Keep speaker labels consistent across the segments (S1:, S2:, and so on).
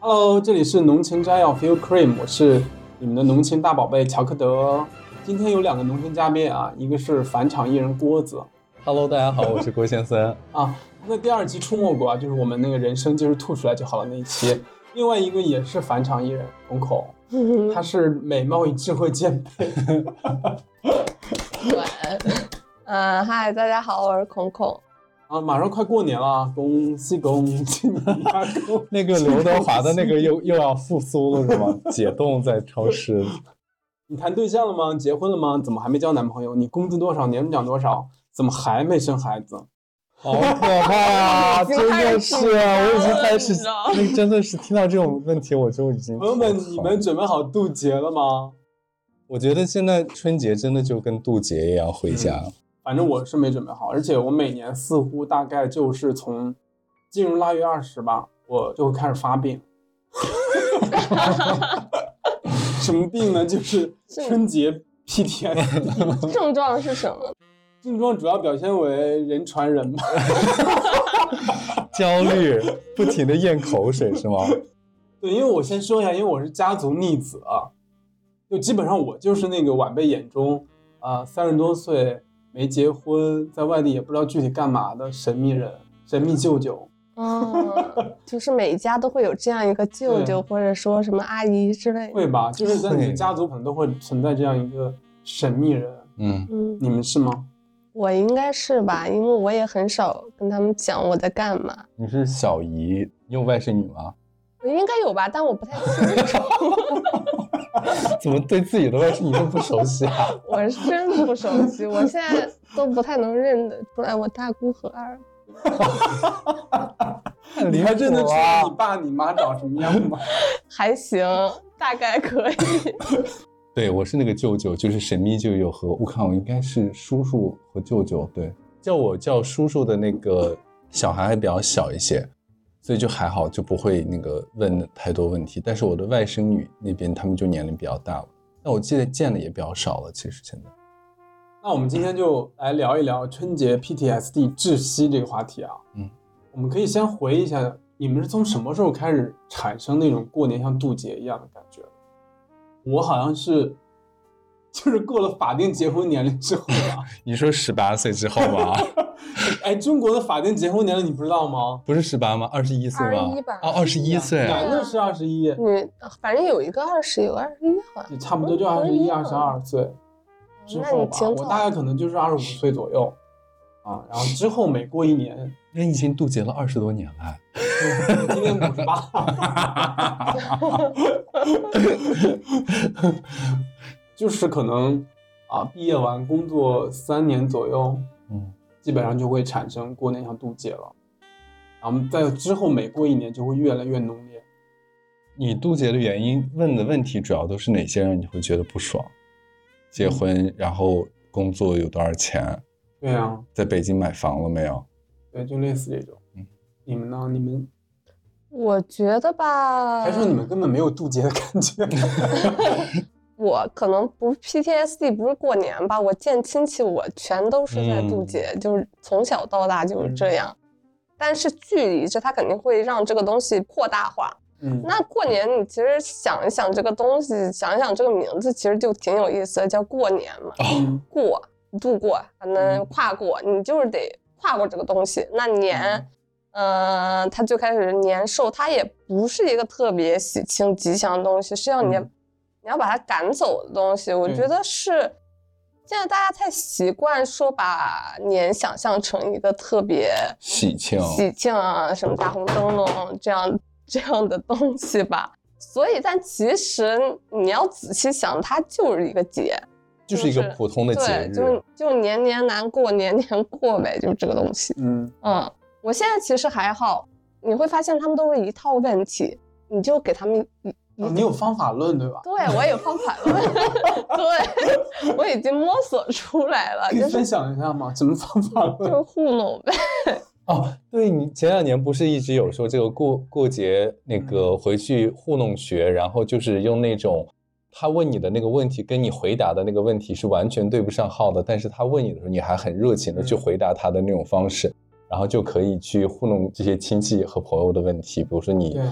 S1: Hello，这里是浓情摘要 Feel Cream，我是你们的浓情大宝贝乔克德。今天有两个浓情嘉宾啊，一个是返场艺人郭子
S2: Hello，大家好，我是郭先生。
S1: 啊，他在第二集出没过啊，就是我们那个人生就是吐出来就好了那一期。另外一个也是返场艺人孔孔，他是美貌与智慧兼备。
S3: 对， 嗯，嗨，大家好，我是孔孔。
S1: 啊，马上快过年了，啊恭喜恭喜你呀！恭
S2: 那个刘德华的那个 又又要复苏了是吗？解冻在超市，
S1: 你谈对象了吗？结婚了吗？怎么还没交男朋友？你工资多少？年终奖多少？怎么还没生孩子？
S2: 好可怕啊！
S3: 已经
S2: 真
S3: 开
S2: 的
S3: 始
S2: 是，啊
S3: 吐
S2: 我已
S3: 槽了
S2: 经开始
S3: 你知道，
S2: 那真的是听到这种问题，我就已经
S1: 朋友们，你们，准备好渡劫了吗？
S2: 我觉得现在春节真的就跟渡劫一样回家。
S1: 反正我是没准备好，而且我每年似乎大概就是从进入腊月二十吧，我就会开始发病。什么病呢？就是春节 PTSD，
S3: 症状是什么？
S1: 症状主要表现为人传人吧。
S2: 焦虑，不停的咽口水是 吗？
S1: 对，因为我先说一下，因为我是家族逆子啊，就基本上我就是那个晚辈眼中啊三十多岁没结婚，在外地也不知道具体干嘛的神秘人、神秘舅舅。
S3: 嗯， 就是每家都会有这样一个舅舅，或者说什么阿姨之类的。
S1: 会吧？就是在你的
S2: 会
S1: 家族可能都会存在这样一个神秘人，
S2: 嗯，
S3: 嗯，
S1: 你们是吗？
S3: 我应该是吧，因为我也很少跟他们讲我在干嘛。
S2: 你是小姨，用外甥女吗？
S3: 我应该有吧，但我不太清楚，
S2: 怎么对自己的外甥女这么不熟悉啊？
S3: 我是真不熟悉，我现在都不太能认得出来我大姑和二姑。
S1: 你还真的知
S2: 啊
S1: 道你爸你妈长什么样吗？
S3: 还行，大概可以。
S2: 对，我是那个舅舅，就是神秘舅舅和我看我应该是叔叔和舅舅，对，叫我叫叔叔的那个小孩还比较小一些，所以就还好，就不会那个问太多问题。但是我的外甥女那边他们就年龄比较大了，但我记得见的也比较少了，其实现在。
S1: 那我们今天就来聊一聊春节 PTSD 窒息这个话题啊。
S2: 嗯，
S1: 我们可以先回忆一下，你们是从什么时候开始产生那种过年像渡劫一样的感觉的？我好像是，就是过了法定结婚年龄之后 啊。
S2: 你说十八岁之后吗？
S1: 哎，中国的法定结婚年龄你不知道吗？
S2: 不是十八吗？二十一岁吗？
S3: 21吧
S2: 哦，二十一岁。
S1: 男的是二十一，
S3: 你反正有一个二十，有个二十一，好像
S1: 也差不多就二十一、二十二岁之后吧，
S3: 那你挺
S1: 我大概可能就是二十五岁左右啊。然后之后每过一年，
S2: 那已经渡劫了二十多年了。啊
S1: 我今年五十八， 就是可能啊，毕业完工作三年左右，
S2: 嗯，
S1: 基本上就会产生过年像渡劫了。然后在之后每过一年就会越来越浓烈。
S2: 你渡劫的原因问的问题主要都是哪些让你会觉得不爽？
S3: 嗯
S2: 结婚，然后工作有多少钱？
S1: 对
S3: 嗯
S1: 啊，
S2: 在北京买房了没有？
S1: 对，就类似这种。
S2: 嗯
S1: 你们呢？你们
S3: 我觉得吧，
S1: 还说你们根本没有渡劫的感 觉。
S3: 我可能不 PTSD 不是过年吧，我见亲戚我全都是在渡劫，就是从小到大就是这样。但是距离这它肯定会让这个东西扩大化。
S1: 嗯，
S3: 那过年你其实想一想这个东西，想一想这个名字，其实就挺有意思的，叫过年嘛。
S1: 嗯
S3: 过度过，反正
S1: 嗯
S3: 跨过，你就是得跨过这个东西。那年，
S1: 嗯
S3: 呃，它最开始年兽，它也不是一个特别喜庆吉祥的东西，是要你、
S1: 嗯
S3: 你要把它赶走的东西。我
S1: 对
S3: 觉得是现在大家太习惯说把年想象成一个特别
S2: 喜庆，
S3: 喜庆啊，什么大红灯笼这样这样的东西吧。所以，但其实你要仔细想，它就是一个节。
S2: 就是一个普通的节
S3: 对，
S2: 日。
S3: 就是就年年难过年年过呗，就这个东西。
S1: 嗯，
S3: 嗯，我现在其实还好，你会发现他们都是一套问题，你就给他们一。
S1: 哦你有方法论对吧？
S3: 对，我也放反了， 对， 我已经摸索出来了，
S1: 可以
S3: 啊就
S1: 分
S3: 是嗯
S1: 享一下吗？什么方法
S3: 就
S1: 论？
S3: 是糊弄呗。
S2: 哦，对你前两年不是一直有
S1: 嗯
S2: 说这个过过节那个回去糊弄学，然后就是用那种他问你的那个问题跟你回答的那个问题是完全对不上号的，但是他问你的时候，你还很热情的去
S1: 嗯
S2: 回答他的那种方式，然后就可以去糊弄这些亲戚和朋友的问题，比如说你
S1: 对，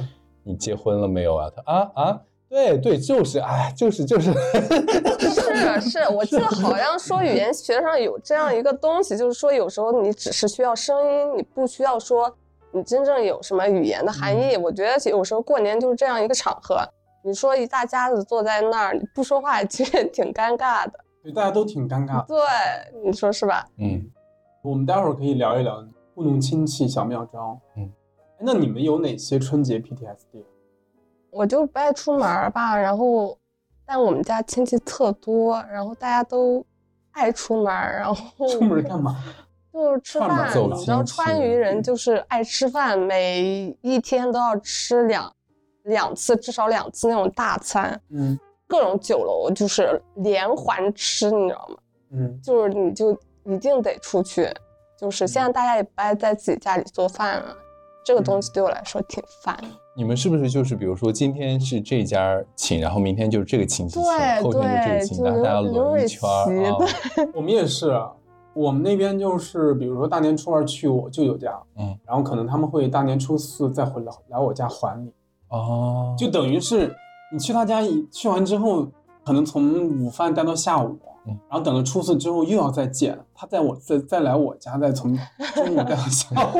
S2: 你结婚了没有啊？他啊啊，对对，就是，哎，就是就是，
S3: 是是，我记得好像说语言学上有这样一个东西，就是说有时候你只是需要声音，你不需要说你真正有什么语言的含
S1: 嗯
S3: 义。我觉得有时候过年就是这样一个场合，你说一大家子坐在那儿你不说话，其实也挺尴尬的。
S1: 对，大家都挺尴尬的。
S3: 对，你说是吧？
S2: 嗯，
S1: 我们待会儿可以聊一聊糊弄亲戚小妙招。哎
S2: 嗯，
S1: 那你们有哪些春节 PTSD？
S3: 我就不爱出门儿吧，然后但我们家亲戚特多，然后大家都爱出门儿，然后
S1: 出门干嘛？
S3: 就是吃
S1: 串门
S3: 饭，
S1: 走
S3: 你知道
S2: 亲戚
S3: 川渝人
S2: 嗯
S3: 就是爱吃饭，每一天都要吃两两次，至少两次那种大餐，
S1: 嗯
S3: 各种酒楼就是连环吃，你知道吗？
S1: 嗯，
S3: 就是你就一定得出去，就是
S2: 嗯
S3: 现在大家也不爱在自己家里做饭了，这个东西对我来说挺烦。
S2: 你们是不是就是比如说今天是这家请，然后明天就是这个亲戚请，
S3: 对
S2: 后天就这个
S3: 对，
S2: 亲戚，
S3: 就
S2: 然后大家
S3: 刘刘
S2: 轮
S3: 瑞
S2: 一
S3: 琦，
S2: 圈儿啊，
S3: 对，
S1: 我们也是啊，我们那边就是，比如说大年初二去我舅舅家，
S2: 嗯，
S1: 然后可能他们会大年初四再回来来我家还你，
S2: 哦，
S1: 就等于是你去他家一去完之后，可能从午饭待到下午。
S2: 嗯
S1: 然后等了初四之后又要再见，他在我再再来我家，再从中午待到下午。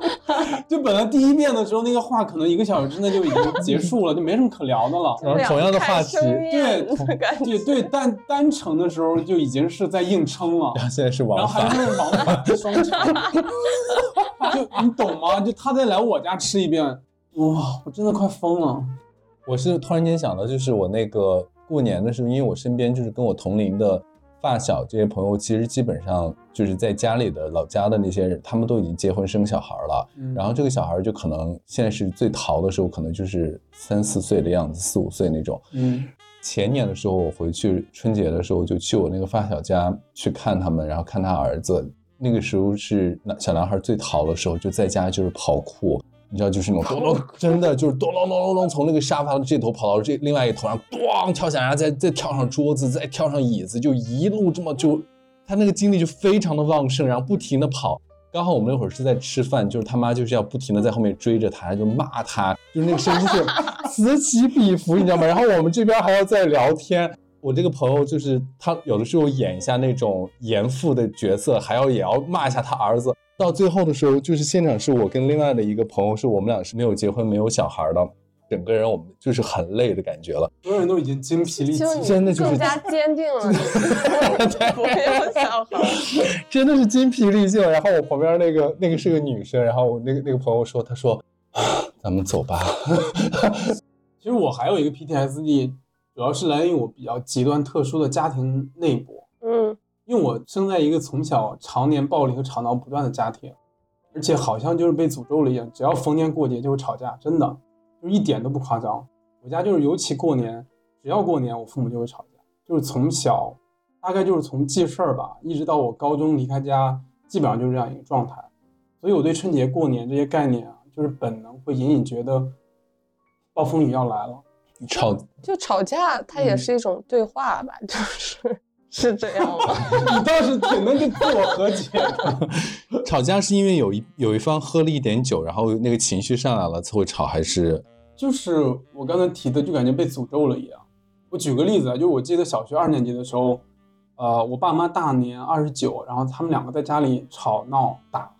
S1: 就本来第一遍的时候那个话可能一个小时之内就已经结束了，就没什么可聊的了。
S2: 然后同样的话题
S1: 对
S3: 对，的感
S1: 对
S3: 觉。
S1: 对，但单程的时候就已经是在硬撑了，
S2: 然后现在是
S1: 然后
S2: 王
S1: 还
S2: 法，
S1: 是往返双程， 就你懂吗？就他再来我家吃一遍，哇，我真的快疯了。
S2: 我是突然间想到，就是我那个过年的时候，因为我身边就是跟我同龄的发小这些朋友，其实基本上就是在家里的老家的那些人，他们都已经结婚生小孩了。
S1: 嗯
S2: 然后这个小孩就可能现在是最淘的时候，可能就是三四岁的样子，四五岁那种。
S1: 嗯
S2: 前年的时候，我回去春节的时候就去我那个发小家去看他们，然后看他儿子。那个时候是那小男孩最淘的时候，就在家就是跑酷，你知道，就是那种咚咚， 真的就是咚咚咚咚咚，从那个沙发的这头跑到这另外一头，然后咣跳下来，然后再再跳上桌子，再跳上椅子，就一路这么就，他那个精力就非常的旺盛，然后不停的跑。刚好我们那会儿是在吃饭，就是他妈就是要不停的在后面追着他，就骂他，就是那个声音就是此起彼伏，你知道吗？然后我们这边还要在聊天。我这个朋友就是他，有的时候演一下那种严父的角色，还要也要骂一下他儿子。到最后的时候，就是现场是我跟另外的一个朋友，是我们俩是没有结婚、没有小孩的，整个人我们就是很累的感觉了。
S1: 所有人都已经精疲力尽
S3: 就。你
S2: 真的就是
S3: 更加坚定 了， 不要小孩。
S2: 真的是精疲力尽了。然后我旁边那个那个是个女生，然后我那个那个朋友说，她说、啊咱们走吧。
S1: 其实我还有一个 PTSD，主要是来源于我比较极端特殊的家庭内部，
S3: 嗯，
S1: 因为我生在一个从小常年暴力和吵闹不断的家庭，而且好像就是被诅咒了一样，只要逢年过节就会吵架，真的，就是一点都不夸张。我家就是尤其过年，只要过年，我父母就会吵架，就是从小，大概就是从记事儿吧，一直到我高中离开家，基本上就是这样一个状态。所以我对春节、过年这些概念啊，就是本能会隐隐觉得暴风雨要来了。
S2: 吵
S3: 就吵架，它
S1: 嗯
S3: 也是一种对话吧， 就是是这样吗？
S1: 你倒是挺能跟自我和解的。
S2: 吵架是因为有一有一方喝了一点酒，然后那个情绪上来了才会吵，还是
S1: 就是我刚才提的，就感觉被诅咒了一样。我举个例子啊，就我记得小学二年级的时候，呃，我爸妈大年二十九，然后他们两个在家里吵闹打，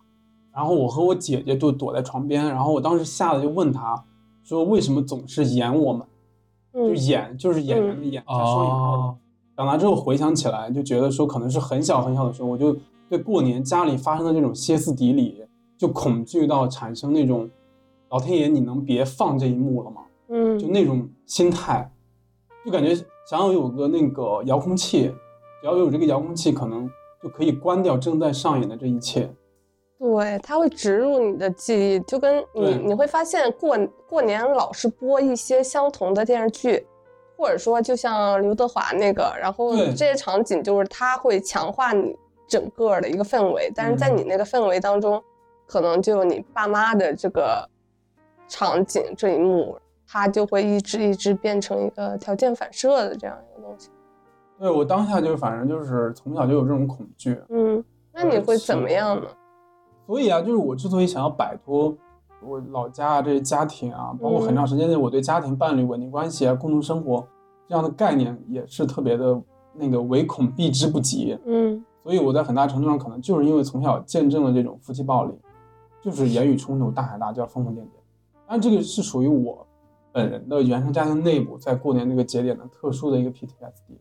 S1: 然后我和我姐姐就躲在床边，然后我当时吓得就问她，说为什么总是演我们？ 就
S3: 嗯，
S1: 演就是演员的演，加双引号的
S2: 哦。
S1: 长大之后回想起来，就觉得说可能是很小很小的时候，我就对过年家里发生的这种歇斯底里，就恐惧到产生那种，老天爷你能别放这一幕了吗？就
S3: 嗯，
S1: 那种心态，就感觉想要有个那个遥控器，只要有这个遥控器，可能就可以关掉正在上演的这一切。
S3: 对，它会植入你的记忆，就跟你
S1: 对
S3: 你会发现过过年老是播一些相同的电视剧。或者说，就像刘德华那个，然后
S1: 对
S3: 这些场景就是它会强化你整个的一个氛围，但是在
S1: 嗯
S3: 你那个氛围当中，可能就有你爸妈的这个场景这一幕，它就会一直一直变成一个条件反射的这样一个东西。
S1: 对我当下就反正就是从小就有这种恐惧，
S3: 嗯，那你会怎么样呢？
S1: 所以啊，就是我之所以想要摆脱我老家啊这些家庭啊，包括很长时间内我对家庭、伴侣、稳定关系啊、共同生活这样的概念也是特别的那个唯恐避之不及。
S3: 嗯
S1: 所以我在很大程度上可能就是因为从小见证了这种夫妻暴力，就是言语冲突、大喊大叫、疯疯癫癫。但这个是属于我本人的原生家庭内部在过年这个节点的特殊的一个 PTSD。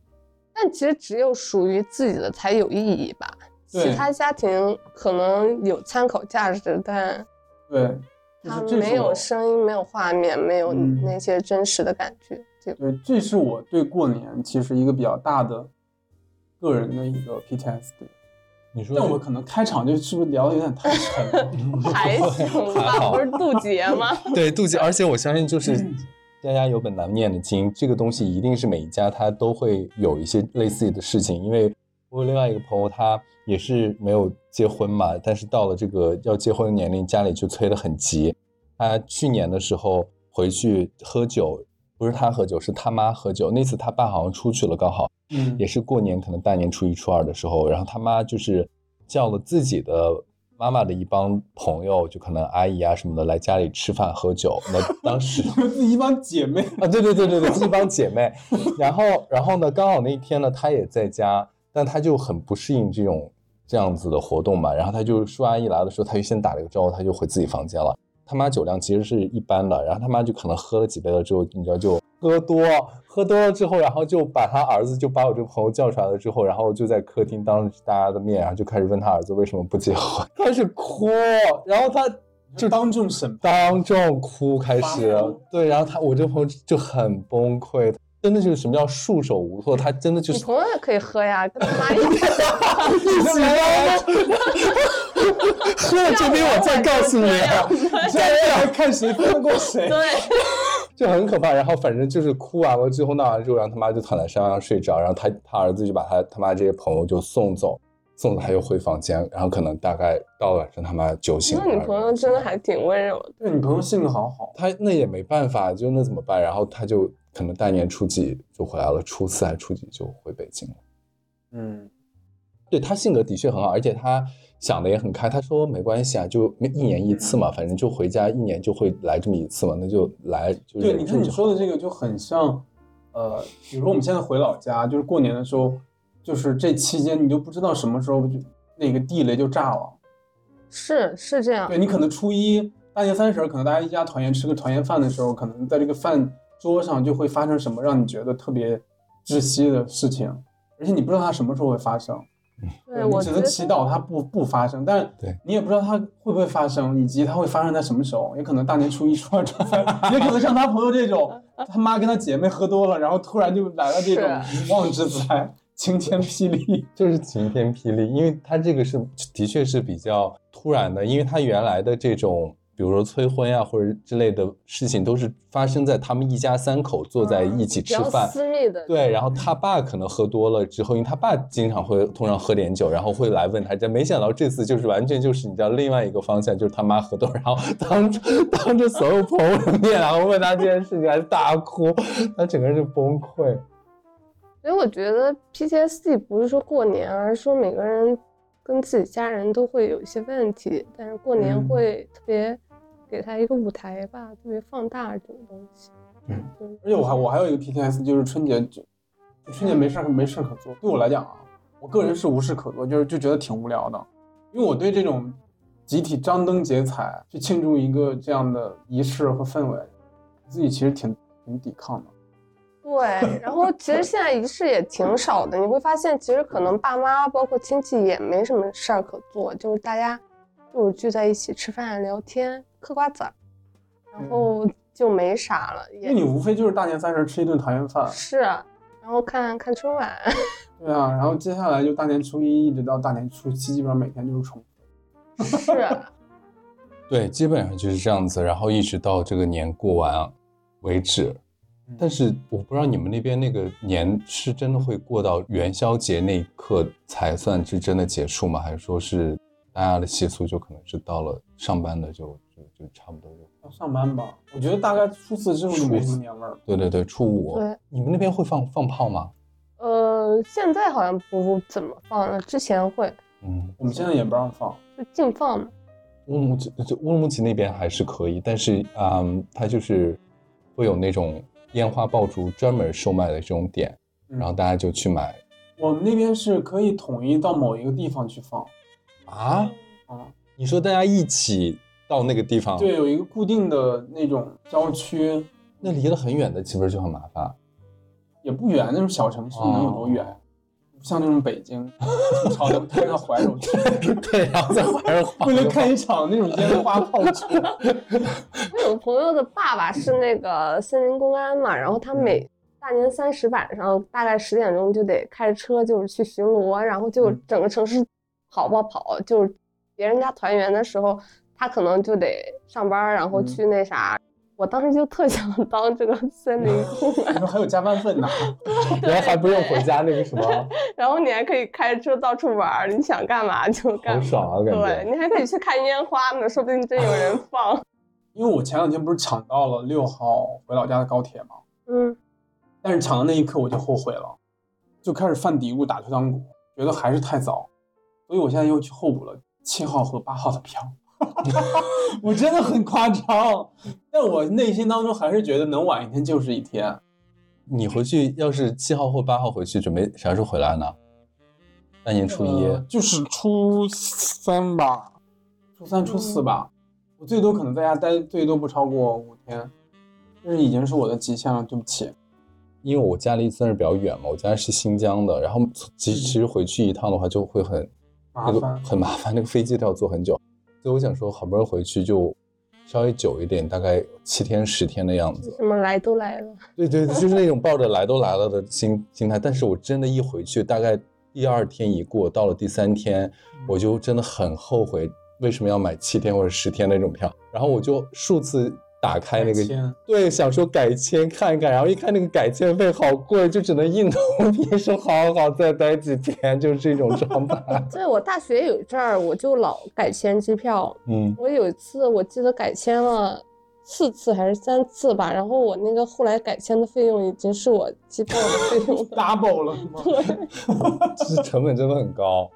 S3: 但其实只有属于自己的才有意义吧。
S1: 对
S3: 其他家庭可能有参考价值，但
S1: 对，就
S3: 它
S1: 是这
S3: 没
S1: 是
S3: 有
S1: 我
S3: 声音，没有画面，没有
S1: 嗯
S3: 那些真实的感觉。就
S1: 对，这是我对过年其实一个比较大的个人的一个 PTSD。
S2: 你说
S1: 但
S2: 这
S1: 我可能开场就是不是聊的有点太沉了？
S3: 还行
S2: 还
S3: 吧，
S2: 好
S3: 不是渡劫吗？
S2: 对妒忌，而且我相信就是家家有本难念的经，这个东西一定是每一家他都会有一些类似的事情。因为我有另外一个朋友，他也是没有结婚嘛，但是到了这个要结婚的年龄，家里就催得很急。他去年的时候回去喝酒，不是他喝酒，是他妈喝酒。那次他爸好像出去了，刚好
S1: 嗯
S2: 也是过年，可能大年初一、初二的时候，然后他妈就是叫了自己的妈妈的一帮朋友，就可能阿姨啊什么的来家里吃饭喝酒。那当时
S1: 一帮姐妹，
S2: 啊，对对对对对，是一帮姐妹。然后然后呢，刚好那一天呢，她也在家，但她就很不适应这种这样子的活动嘛。然后她就叔阿姨来的时候，她就先打了个招呼，她就回自己房间了。他妈酒量其实是一般的，然后他妈就可能喝了几杯了之后，你知道就喝多，喝多了之后，然后就把他儿子就把我这个朋友叫出来了之后，然后就在客厅当着大家的面，然后就开始问他儿子为什么不结婚，开始哭，然后他
S1: 就当众审判。
S2: 当众哭开
S1: 发
S2: 始
S1: 疯，
S2: 对，然后他我这个朋友就很崩溃，真的就是什么叫束手无策，他真的就
S3: 你
S2: 是
S3: 朋友也可以喝呀，跟他妈一起。
S2: 不行啊，喝了这杯我再告诉你，啊
S1: 这样还看谁放过谁？
S3: 对，
S2: 就很可怕。然后反正就是哭完了之后闹完之后，然后他妈就躺在沙发上睡着，然后他他儿子就把他他妈这些朋友就送走，送走他又回房间，然后可能大概到晚上他妈酒醒了
S3: 那。你朋友真的还挺温柔的。
S1: 对，你朋友性格好好，
S2: 他那也没办法，就那怎么办？然后他就可能大年初几就回来了，初四还初几就回北京了。
S1: 嗯，
S2: 对他性格的确很好，而且他想的也很开。他说没关系啊，就一年一次嘛，反正就回家一年就会来这么一次嘛，那就来就
S1: 对，
S2: 忍
S1: 你
S2: 住
S1: 看你
S2: 就
S1: 说的这个就很像，呃，比如说我们现在回老家，就是过年的时候，就是这期间你就不知道什么时候就那个地雷就炸了。
S3: 是是这样
S1: 对，你可能初一、大年三十儿，可能大家一家团圆吃个团圆饭的时候，可能在这个饭桌上就会发生什么让你觉得特别窒息的事情，而且你不知道它什么时候会发生，
S3: 对，
S1: 你
S3: 我
S1: 只
S3: 觉
S1: 能
S3: 得
S1: 祈祷它不不发生，但
S2: 对
S1: 你也不知道它会不会发生，以及它会发生在什么时候，也可能大年初一、初二、初三， 也可能像他朋友这种，他妈跟他姐妹喝多了，然后突然就来了这种
S3: 是啊
S1: 无妄之灾，晴天霹雳。
S2: 就是晴天霹雳，因为他这个是的确是比较突然的，因为他原来的这种，比如说催婚呀、或者之类的事情，都是发生在他们一家三口坐
S1: 啊
S2: 在一起
S3: 比
S2: 吃
S3: 较
S2: 饭，
S3: 私密的。
S2: 对，然后他爸可能喝多了之后，因为他爸经常会通常喝点酒，然后会来问他，这没想到这次就是完全就是你知道另外一个方向，就是他妈喝多，然后当着当着所有朋友的面，然后问他这件事情，还大哭，他整个人就崩溃。
S3: 所以我觉得 PTSD 不是说过年，而是说每个人跟自己家人都会有一些问题，但是过年
S1: 嗯
S3: 会特别给他一个舞台吧，特别放大这种东西。
S2: 嗯
S3: 嗯，
S1: 而且我还我还有一个 PTS，就是春节就就春节没事儿没事儿可做。对我来讲啊，我个人是无事可做，就是就觉得挺无聊的，因为我对这种集体张灯结彩去庆祝一个这样的仪式和氛围，自己其实挺挺抵抗的。
S3: 对，然后其实现在仪式也挺少的，你会发现其实可能爸妈包括亲戚也没什么事儿可做，就是大家就是聚在一起吃饭聊天嗑瓜子儿，然后就没啥了，
S1: 因为
S3: 也
S1: 嗯你无非就是大年三十吃一顿团圆饭，
S3: 是，啊然后看看春晚，
S1: 对啊，然后接下来就大年初一一直到大年初七，基本上每天就是重复。
S3: 是，啊
S2: 对，基本上就是这样子，然后一直到这个年过完为止。但是我不知道你们那边那个年是真的会过到元宵节那一刻才算是真的结束吗？还是说是大家的习俗就可能是到了上班的就就就差不多就。
S1: 要上班吧。我觉得大概初四之后就没什么年味儿了。
S2: 对对对，初五
S3: 对，
S2: 你们那边会放放炮吗？
S3: 呃，现在好像不怎么放了，之前会
S2: 嗯，
S1: 我们现在也不让放，
S3: 就禁放嘛。
S2: 乌鲁木齐就乌鲁木齐那边还是可以，但是嗯，它就是会有那种烟花爆竹专门售卖的这种点，
S1: 嗯
S2: 然后大家就去买
S1: 我们那边是可以统一到某一个地方去放
S2: 啊。
S1: 啊。
S2: 你说大家一起到那个地方，
S1: 对，，有一个固定的那种郊区，
S2: 那离得很远的岂不是就很麻烦？
S1: 也不远，那种小城市能有多远？不像那种北京，从朝阳开到怀柔去，
S2: 对，然后再还 是
S1: 为了看一场那种烟花炮竹，
S3: 我有个朋友的爸爸是那个森林公安嘛，然后
S1: 嗯
S3: 他每大年三十晚上大概十点钟就得开着车就是去巡逻，然后就
S1: 嗯
S3: 整个城市跑吧跑，就是别人家团圆的时候，他可能就得上班，然后
S1: 嗯
S3: 去那啥。我当时就特想当这个森林公安，
S1: 你说还有加班费呢。
S2: 然后还不用回家那个什么，
S3: 然后你还可以开着车到处玩儿，你想干嘛就干
S2: 好
S3: 嘛。
S2: 爽啊，感
S3: 对
S2: 觉。
S3: 你还可以去看烟花呢，说不定真有人 放。
S1: 因为我前两天不是抢到了六号回老家的高铁嘛，
S3: 嗯，
S1: 但是抢的那一刻我就后悔了，就开始犯嘀咕打退堂鼓，觉得还是太早，所以我现在又去候补了七号和八号的票。 我真的很夸张，但我内心当中还是觉得能晚一天就是一天。
S2: 你回去要是七号或八号回去，准备啥时候回来呢？大年初一，
S1: 呃就是初三吧，初三、初四吧，我最多可能在家待最多不超过五天，这是已经是我的极限了，对不起。
S2: 因为我家离三日比较远嘛，我家是新疆的，然后其其实回去一趟的话就会很
S1: 嗯麻
S2: 那个
S1: 烦
S2: 很麻烦，那个飞机都要坐很久，所以我想说好不容易回去就稍微久一点，大概七天十天的样子。
S3: 什么来都来了，
S2: 对对，对就是那种抱着来都来了的心心态。但是我真的，一回去大概第二天一过，到了第三天，我就真的很后悔为什么要买七天或者十天的那种票。然后我就数次打开那
S1: 改
S2: 个，
S1: 签
S2: 对，想说改签看一看，然后一看那个改签费好贵，就只能硬头皮说好好再待几天，就是这种 状态。
S3: 对我大学有一阵儿，我就老改签机票。
S2: 嗯，
S3: 我有一次我记得改签了四次还是三次吧，然后我那个后来改签的费用已经是我机票的费用 了。
S1: double 了是吗？
S2: 这成本真的很高。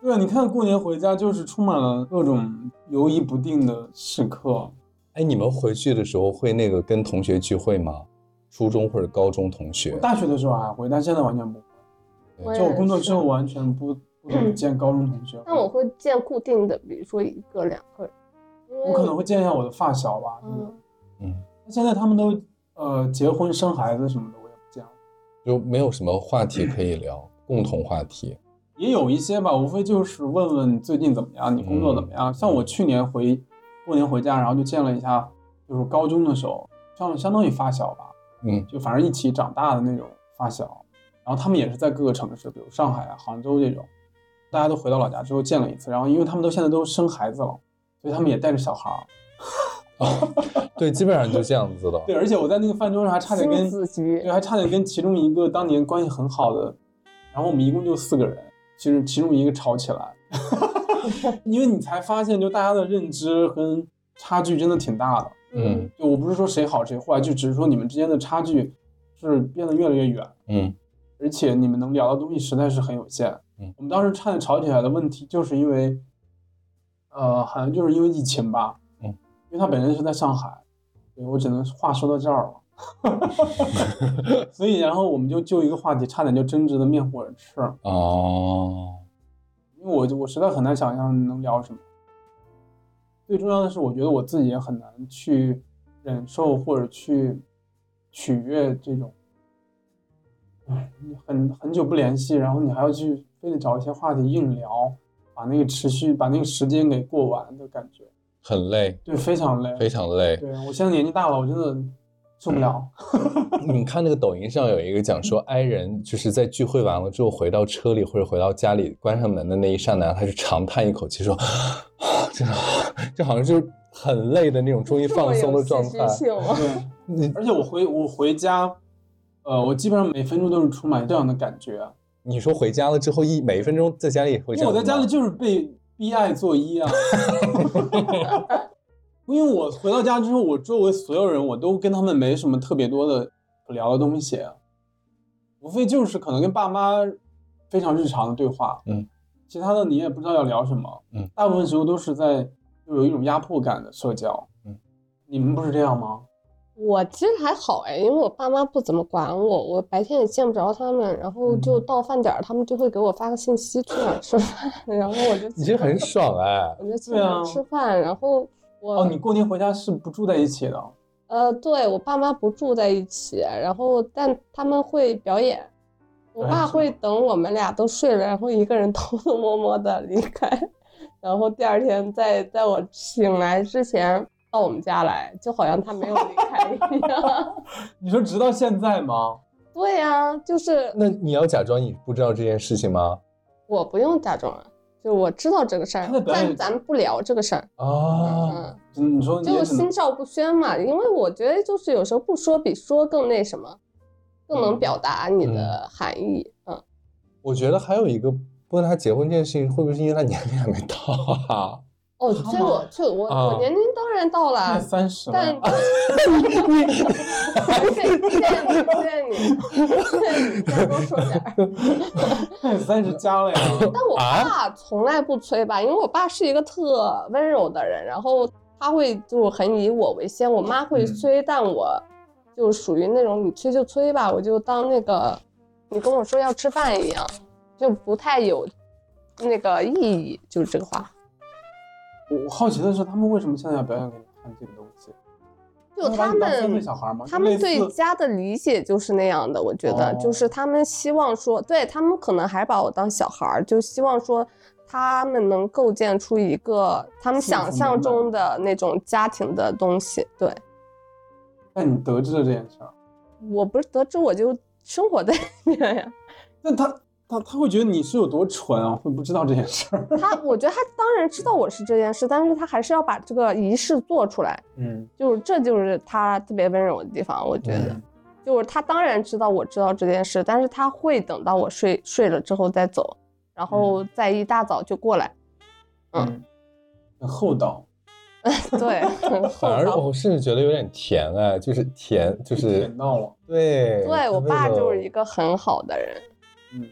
S1: 对啊，你看过年回家就是充满了各种游移不定的时刻。
S2: 哎，你们回去的时候会那个跟同学聚会吗？初中或者高中同学
S1: 我？大学的时候还会，但现在完全不会。
S3: 我
S1: 就我
S3: 也
S1: 工作之后
S3: 是，
S1: 完全不不怎么见高中同学。
S3: 但我会见固定的，比如说一个两个人。因为
S1: 我可能会见一下我的发小吧。
S3: 嗯，
S2: 嗯。
S1: 现在他们都呃结婚生孩子什么的，我也不见了。
S2: 就没有什么话题可以聊，共同话题。
S1: 也有一些吧，无非就是问问最近怎么样，你工作怎么样。
S2: 嗯
S1: 像我去年回过年回家，然后就见了一下，就是高中的时候，相相当于发小吧，
S2: 嗯，
S1: 就反正一起长大的那种发小。然后他们也是在各个城市，比如上海啊、杭州这种，大家都回到老家之后见了一次。然后因为他们都现在都生孩子了，所以他们也带着小孩儿。
S2: 对，基本上就这样子的。
S1: 对，而且我在那个饭桌上还差点跟
S3: 亲子局
S1: 对，还啊差点跟其中一个当年关系很好的，然后我们一共就四个人，其实其中一个吵起来， 因为你才发现，就大家的认知跟差距真的挺大的。
S2: 嗯
S1: 就我不是说谁好谁坏，就只是说你们之间的差距是变得越来越远，
S2: 嗯
S1: 而且你们能聊的东西实在是很有限。
S2: 嗯
S1: 我们当时差点吵起来的问题，就是因为，呃，好像就是因为疫情吧。
S2: 嗯，
S1: 因为他本人是在上海，对我只能话说到这儿了。 所以，然后我们就就一个话题，差点就争执的面红耳赤，
S2: 哦，
S1: 因为我就我实在很难想象能聊什么。最重要的是，我觉得我自己也很难去忍受或者去取悦这种，唉，你很很久不联系，然后你还要去非得找一些话题硬聊，把那个持续把那个时间给过完的感觉，
S2: 很累，
S1: 对，非常累。
S2: 非常累。
S1: 对我现在年纪大了，我真的受不了。
S2: 你看那个抖音上有一个讲说，i 人就是在聚会完了之后回到车里或者回到家里关上门的那一刹那，他就长叹一口气说，啊真的，就好像就是很累的那种，终于放松的状
S3: 这
S2: 态
S3: 么有。戏剧性吗
S1: 对，
S2: 你
S1: 而且我回我回家，呃，我基本上每分钟都是充满这样的感觉，
S2: 你说回家了之后一每一分钟在家里会
S1: 因
S2: 这
S1: 为
S2: 样
S1: 我
S2: 子吗，
S1: 在家里就是被逼爱作揖啊。 因为我回到家之后，我周围所有人，我都跟他们没什么特别多的可聊的东西，啊无非就是可能跟爸妈非常日常的对话，
S2: 嗯，
S1: 其他的你也不知道要聊什么，
S2: 嗯，
S1: 大部分时候都是在就有一种压迫感的社交，
S2: 嗯，
S1: 你们不是这样吗？
S3: 我其实还好哎，因为我爸妈不怎么管我，我白天也见不着他们，然后
S2: 嗯
S3: 就到饭点儿，他们就会给我发个信息去哪儿吃饭， 然后我就
S2: 你
S3: 去
S2: 这
S3: 哪儿
S2: 很爽哎，
S3: 我就去
S1: 对
S3: 哪
S1: 啊
S3: 儿吃饭，然后我
S1: 哦，你过年回家是不住在一起的，
S3: 呃，对，我爸妈不住在一起，然后但他们会表演。我
S2: 哎
S1: 表演
S3: 爸
S1: 什
S3: 会等我们俩都睡了，然后一个人 偷偷摸摸的离开，然后第二天在在我醒来之前到我们家来，就好像他没有离开一样。
S1: 你说直到现在吗？
S3: 对呀、就是
S2: 那你要假装你不知道这件事情吗？
S3: 我不用假装啊，就我知道这个事儿
S1: 他的，表演
S3: 但咱们不聊这个事儿。
S2: 啊，
S3: 嗯，
S1: 嗯你说你
S3: 就
S1: 也只能
S3: 心照不宣嘛，因为我觉得就是有时候不说比说更那什么，更
S1: 嗯
S3: 能表达你的含义。嗯，
S2: 我觉得还有一个不跟他结婚这件事情，会不会是因为他年龄还没到啊？
S3: 哦，
S1: 好哦
S3: 这
S1: 嘛
S3: 我这我
S2: 啊
S3: 我年龄当然到
S1: 快
S3: 了，
S1: 三十了，
S3: 但 谢谢你谢谢你谢谢你，再多说点儿。
S1: 快 三十加了呀。
S3: 但我爸从来不催吧，因为我爸是一个特温柔的人，然后他会就很以我为先。我妈会催，但我就属于那种你催就催吧，我就当那个你跟我说要吃饭一样，就不太有那个意义，就是这个话。
S1: 我我好奇的是，他们为什么现在要表演给你看这个东西？
S3: 就
S1: 把
S3: 他
S1: 你当三岁
S3: 们
S1: 小孩吗？
S3: 他
S1: 就类
S3: 们对
S1: 似
S3: 家的理解就是那样的，我觉得、
S1: 哦
S3: 就是他们希望说，对他们可能还把我当小孩儿，就希望说他们能构建出一个他们
S1: 幸福
S3: 想象
S1: 美满
S3: 中的那种家庭的东西。对
S1: 但你得知了这件事儿，
S3: 我不是得知我就生活在里面呀，
S1: 但他他他会觉得你是有多蠢啊，会不知道这件事儿。
S3: 他我觉得他当然知道我是这件事，但是他还是要把这个仪式做出来，
S1: 嗯，
S3: 就是这就是他特别温柔的地方，我觉得。
S2: 嗯
S3: 就是他当然知道我知道这件事，但是他会等到我睡睡了之后再走，然
S2: 嗯
S3: 后再一大早就过来。
S1: 嗯，很厚道，
S3: 对， 很厚
S2: 反而
S3: 道。
S2: 我甚至觉得有点甜哎，就是甜，就
S1: 被
S2: 是
S1: 舔到了。
S2: 对。
S3: 对我爸就是一
S2: 个。
S3: 个很好的人。
S1: 嗯，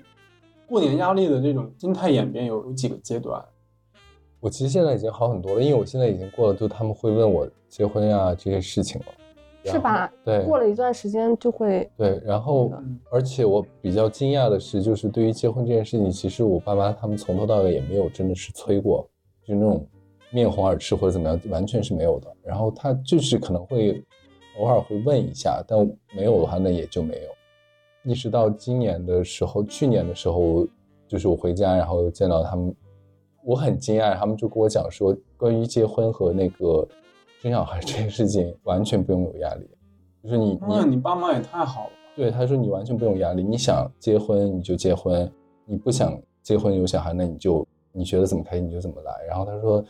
S1: 过年压力的这种心态演变有有几个阶段，
S2: 我其实现在已经好很多了，因为我现在已经过了，就他们会问我结婚呀、这些事情了，然
S3: 是吧
S2: 后？对，
S3: 过了一段时间就会，
S2: 对，然后
S1: 嗯
S2: 而且我比较惊讶的是，就是对于结婚这件事情，其实我爸妈他们从头到尾也没有真的是催过，就那种面红耳赤或者怎么样，完全是没有的。然后他就是可能会偶尔会问一下，但没有的话那也就没有。一直到今年的时候，去年的时候，就是我回家，然后见到他们，我很惊讶，他们就跟我讲说，关于结婚和那个生小孩这件事情，完全不用有压力。就是你，你
S1: 那你爸妈也太好了吧。
S2: 对，他说你完全不用压力，你想结婚你就结婚，你不想结婚有小孩，那你就你觉得怎么开心你就怎么来。然后他说，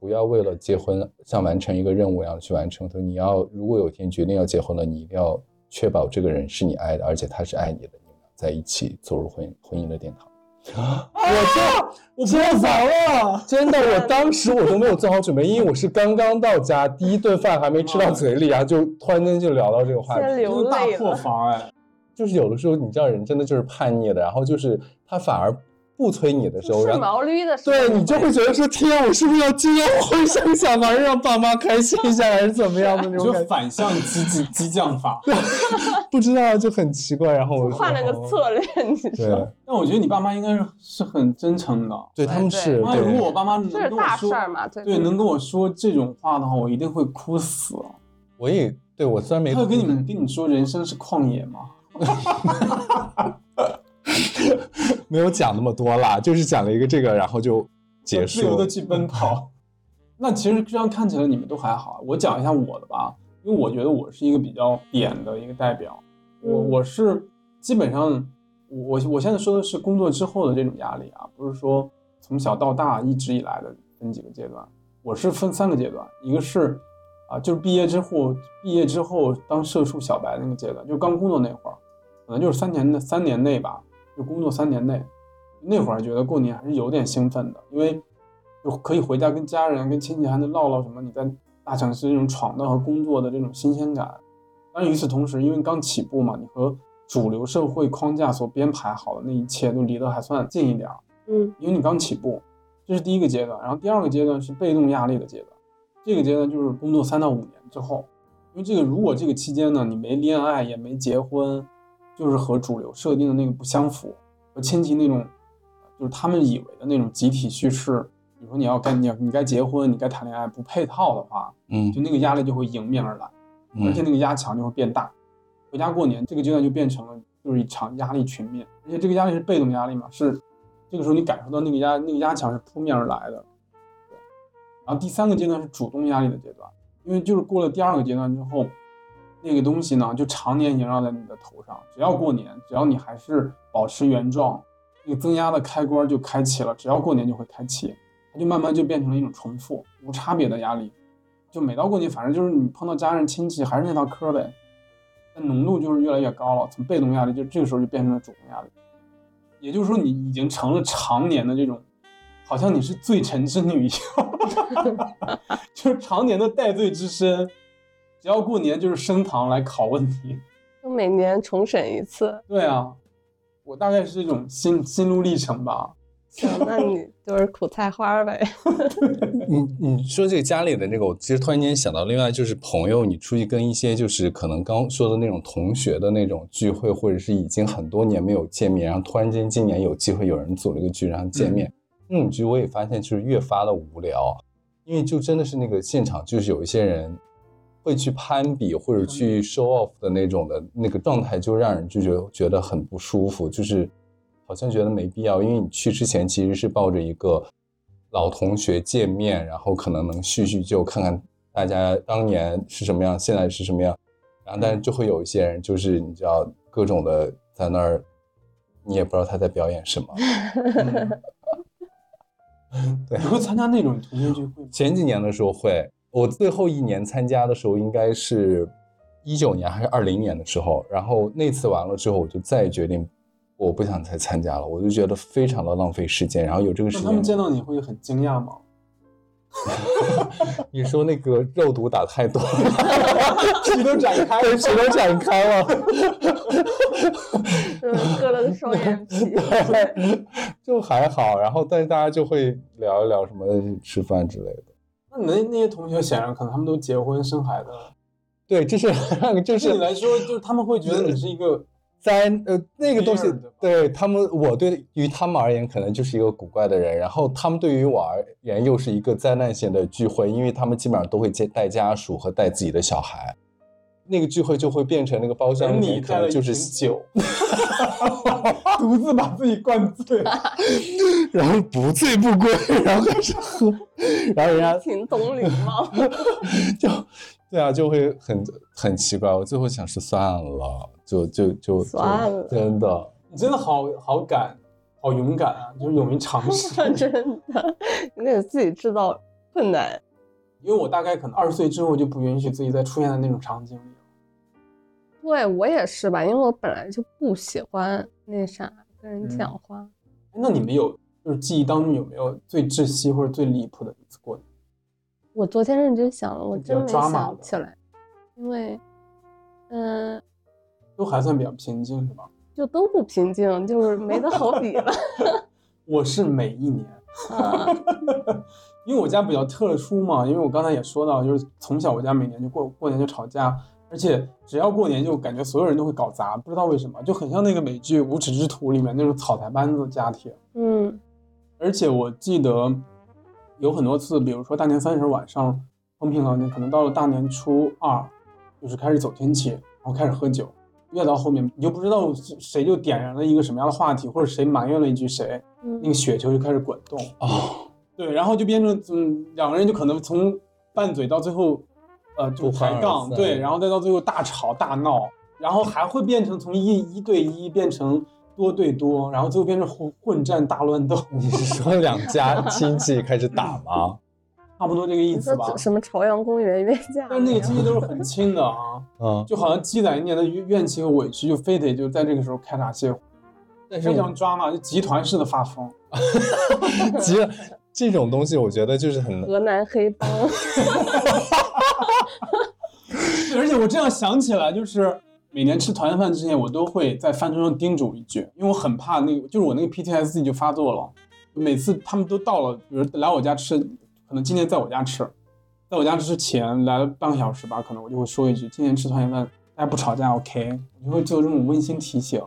S2: 不要为了结婚像完成一个任务一样去完成。他说你要如果有一天决定要结婚了，你一定要确保这个人是你爱的，而且他是爱你的，你们在一起走入婚姻婚姻的殿堂。
S1: 啊我不要走了，
S2: 真的，我当时我都没有做好准备，因为我是刚刚到家，第一顿饭还没吃到嘴里，然后就突然间就聊到这个话题
S3: 先。流
S1: 真的大
S3: 泪
S1: 破
S3: 了。
S1: 防哎。
S2: 就是有的时候你知道人真的就是叛逆的，然后就是他反而不催你的时候，
S3: 是
S2: 然后
S3: 毛驴的时候，
S2: 对你就会觉得说天，我是不是要今天婚生小孩， 让爸妈开心一下，还是怎么样的那
S1: 你说
S2: 种感觉？
S1: 反 向激激激将法，
S2: 不知道就很奇怪。然后我就哦
S3: 换了个策略，你说
S2: 对
S1: 但我觉得你爸妈应该是是很真诚的。
S2: 对，他们是
S3: 哎
S1: 妈呀，如果我
S2: 对。
S1: 爸妈能
S3: 这是
S1: 跟我
S3: 大
S1: 说
S3: 事儿嘛？对
S1: 对，能跟我说这种话的话，我一定会哭死。
S2: 我也对我虽然没
S1: 他会跟你们跟你说人生是旷野吗？
S2: 没有讲那么多啦，就是讲了一个这个，然后就结
S1: 自由
S2: 束
S1: 的。去奔 跑。那其实这样看起来你们都还好，啊我讲一下我的吧，因为我觉得我是一个比较点的一个代表。我
S3: 嗯
S1: 我是基本上，我我我现在说的是工作之后的这种压力啊，不是说从小到大一直以来的分几个阶段。我是分三个阶段，一个是啊，就是毕业之后，毕业之后当社畜小白那个阶段，就刚工作那会儿，可能就是三年的三年内吧，就工作三年内，那会儿觉得过年还是有点兴奋的，因为就可以回家跟家人、跟亲戚还能唠唠什么你在大城市这种闯荡和工作的这种新鲜感。但与此同时，因为刚起步嘛，你和主流社会框架所编排好的那一切都离得还算近一点儿，
S4: 嗯
S1: 因为你刚起步，这是第一个阶段。然后第二个阶段是被动压力的阶段，这个阶段就是工作三到五年之后，因为这个如果这个期间呢你没恋爱也没结婚，就是和主流设定的那个不相符，和亲戚那种就是他们以为的那种集体叙事，比如说你要该你要你该结婚你该谈恋爱不配套的话，
S2: 嗯
S1: 就那个压力就会迎面而来。而且
S2: 嗯
S1: 那个压强就会变大。回家过年这个阶段就变成了就是一场压力群面，而且这个压力是被动压力嘛，是这个时候你感受到那个压那个压强是扑面而来的。对，然后第三个阶段是主动压力的阶段，因为就是过了第二个阶段之后，那个东西呢就常年萦绕在你的头上，只要过年，只要你还是保持原状，那个增压的开关就开启了，只要过年就会开启，它就慢慢就变成了一种重复、无差别的压力。就每到过年，反正就是你碰到家人亲戚还是那套嗑儿呗，那浓度就是越来越高了，从被动压力就这个时候就变成了主动压力，也就是说你已经成了常年的这种，好像你是罪臣之女一样， 就是常年的戴罪之身，只要过年就是升堂来拷问你。
S4: 就每年重审一次。
S1: 对啊，我大概是这种心心路历程吧。
S4: 行，那你就是苦菜花儿 呗。
S2: 你你说这个家里的那个，我其实突然间想到，另外就是朋友，你出去跟一些就是可能刚说的那种同学的那种聚会，或者是已经很多年没有见面，然后突然间今年有机会有人组了一个局，然后见面，那种局我也发现就是越发的无聊，因为就真的是那个现场就是有一些人会去攀比或者去 show off 的那种的那个状态，就让人就觉得觉得很不舒服，就是好像觉得没必要，因为你去之前其实是抱着一个老同学见面，然后可能能叙叙旧，看看大家当年是什么样，现在是什么样，然后但是就会有一些人就是你知道各种的在那儿，你也不知道他在表演什么。
S1: 嗯
S2: 对
S1: 你会参加那种同学聚会吗？
S2: 前几年的时候会，我最后一年参加的时候应该是一九年还是二零年的时候，然后那次完了之后，我就再也决定我不想再参加了，我就觉得非常的浪费时间。然后有这个时
S1: 那
S2: 间，
S1: 他们见到你会很惊讶吗？
S2: 你说那个肉毒打太 多了，
S1: 皮都展开
S2: 对，全都展开 了。
S4: 嗯，割了个双眼 皮。
S2: 就还好，然后但是大家就会聊一聊什么吃饭之类的。
S1: 那你的那些同学显然可能他们都结婚生孩子了，
S2: 对，这是 就
S1: 对你
S2: 是
S1: 来说，就是他们会觉得你是一个
S2: 在呃那个东西
S1: Weird 吧，
S2: 对他们，我对于他们而言可能就是一个古怪的人，然后他们对于我而言又是一个灾难性的聚会，因为他们基本上都会接带家属和带自己的小孩。那个聚会就会变成那个包厢
S1: 等
S2: 里
S1: 你
S2: 面可
S1: 带了
S2: 能
S1: 一
S2: 就
S1: 瓶
S2: 是
S1: 酒，独自把自己灌醉，
S2: 然后不醉不归，然后开始喝，然后人家
S4: 挺懂礼 貌。
S2: 就对啊，就会很很奇怪。我最后想是算了，就就就就
S4: 算了
S2: 真的。
S1: 你真的好好敢，好勇敢啊！就是勇于尝 试。
S4: 真的，你给自己制造困难。
S1: 因为我大概可能二十岁之后就不允许自己再出现在那种场景里了。
S4: 对我也是吧，因为我本来就不喜欢那啥跟人
S1: 嗯
S4: 讲话。
S1: 哎那你们有就是记忆当中有没有最窒息或者最离谱的一次过年？
S4: 我昨天认真想了，我
S1: 就比较
S4: 真没
S1: drama
S4: 想
S1: 的
S4: 起来，因为，嗯，
S1: 都还算比较平静，是吧？
S4: 就都不平静，就是没得好比 了。
S1: 我是每一年。
S4: 啊，
S1: 因为我家比较特殊嘛，因为我刚才也说到，就是从小我家每年就过过年就吵架，而且只要过年就感觉所有人都会搞砸，不知道为什么，就很像那个美剧《无耻之徒》里面那种草台班子家庭。
S4: 嗯
S1: 而且我记得有很多次，比如说大年三十晚上风平浪静，可能到了大年初二，就是开始走天气，然后开始喝酒。越到后面，你就不知道是谁就点燃了一个什么样的话题，或者谁埋怨了一句谁，那
S4: 嗯
S1: 个，雪球就开始滚动。
S2: 哦，
S1: 对，然后就变成嗯，两个人就可能从拌嘴到最后，呃，就
S2: 不欢
S1: 抬
S2: 而
S1: 杠，
S2: 散
S1: 对，然后再到最后大吵大闹，然后还会变成从一一对一变成多对多，然后最后变成混混战大乱斗，
S2: 你是说两家亲戚开始打 吗？
S1: 差不多这个意
S4: 你
S1: 思吧
S4: 嗯说。什么朝阳公园冤家？
S1: 但是那个亲戚都是很亲的啊，
S2: 嗯，
S1: 就好像积攒一年的怨怨气和委屈，就非得就在这个时候开闸泄火，
S2: 但是
S1: 非
S2: 我
S1: 常抓嘛，就集团式的发疯。
S2: 急了。这种东西我觉得就是很
S4: 河南黑 帮，
S1: 对 而且我这样想起来，就是每年吃团圆饭之前，我都会在饭桌上叮嘱一句，因为我很怕那个，就是我那个 PTSD 就发作了。每次他们都到了，比如来我家吃，可能今年在我家吃，在我家吃之前来了半个小时吧，可能我就会说一句：今年吃团圆饭，大家不吵架，OK？我就会做这种温馨提醒。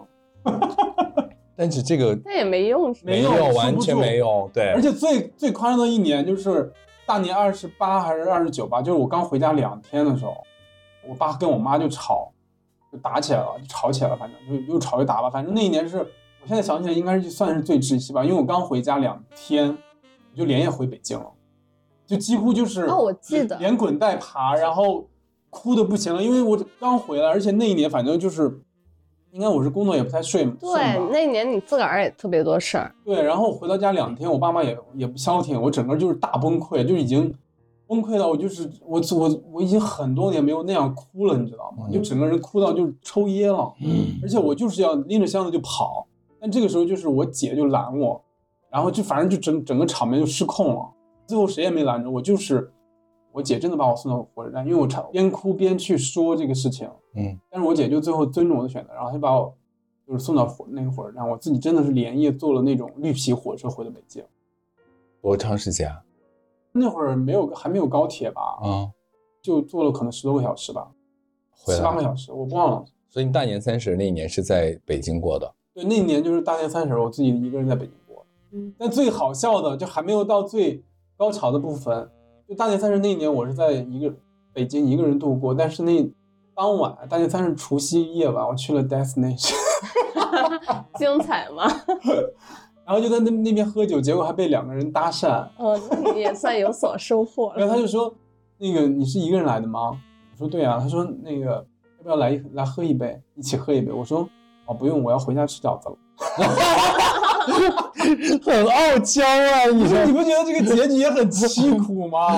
S2: 但是这个
S4: 那也没用。
S1: 没
S2: 有
S1: 用撑，不
S2: 完全
S1: 住
S2: 没有，对，
S1: 而且最最夸张的一年就是大年二十八还是二十九吧，就是我刚回家两天的时候，我爸跟我妈就吵，就打起来了，就吵起来了，反正就又吵又打吧，反正那一年是我现在想起来应该是算是最窒息吧，因为我刚回家两天，我就连夜回北京了，就几乎就是
S3: 哦我记得
S1: 连滚带爬，然后哭的不行了，因为我刚回来，而且那一年反正就是。应该我是工作也不太睡嘛，
S3: 对
S1: 顺吧，
S3: 那年你自个儿也特别多事儿，
S1: 对，然后回到家两天，我爸妈也也不消停，我整个就是大崩溃，就已经崩溃到我就是我我我已经很多年没有那样哭了，你知道吗？就整个人哭到就是抽噎了，
S2: 嗯
S1: 而且我就是要拎着箱子就跑，但这个时候就是我姐就拦我，然后就反正就整整个场面就失控了，最后谁也没拦着我，就是我姐真的把我送到火车站，因为我差边哭边去说这个事情，
S2: 嗯，
S1: 但是我姐就最后尊重我的选择，然后她把我就是送到火那个火车站，我自己真的是连夜坐了那种绿皮火车回的北京。
S2: 多长时间啊？
S1: 那会儿没有还没有高铁吧，
S2: 啊，
S1: 就坐了可能十多个小时吧，
S2: 回
S1: 十八个
S2: 来。
S1: 小时我忘了。
S2: 所以你大年三十那一年是在北京过的，
S1: 对，那一年就是大年三十，我自己一个人在北京过。
S4: 嗯
S1: 但最好笑的就还没有到最高潮的部分，就大年三十那一年，我是在一个北京一个人度过，但是那当晚大年三十除夕夜晚，我去了 Destination。
S3: 精彩吗？
S1: 然后就在那那边喝酒，结果还被两个人搭讪。
S3: 嗯，那你也算有所收获
S1: 然
S3: 了。
S1: 后他就说：“那个你是一个人来的吗？”我说：“对啊。”他说：“那个要不要来一来喝一杯，一起喝一杯？”我说：“哦，不用，我要回家吃饺子了。
S2: 很傲娇啊！你”
S1: 我说：“你不觉得这个结局也很凄苦吗？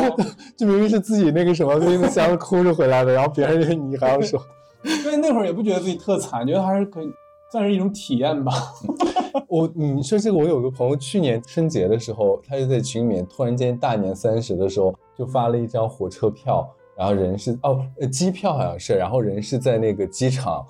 S2: 这明明是自己那个什么拎着 箱子哭着回来的，然后别人你还要说，
S1: 因为那会儿也不觉得自己特惨，觉得还是可以算是一种体验吧。
S2: 我你说这个，我有个朋友去年春节的时候，他就在群里面突然间大年三十的时候就发了一张火车票，然后人是哦呃机票好像是，然后人是在那个机场，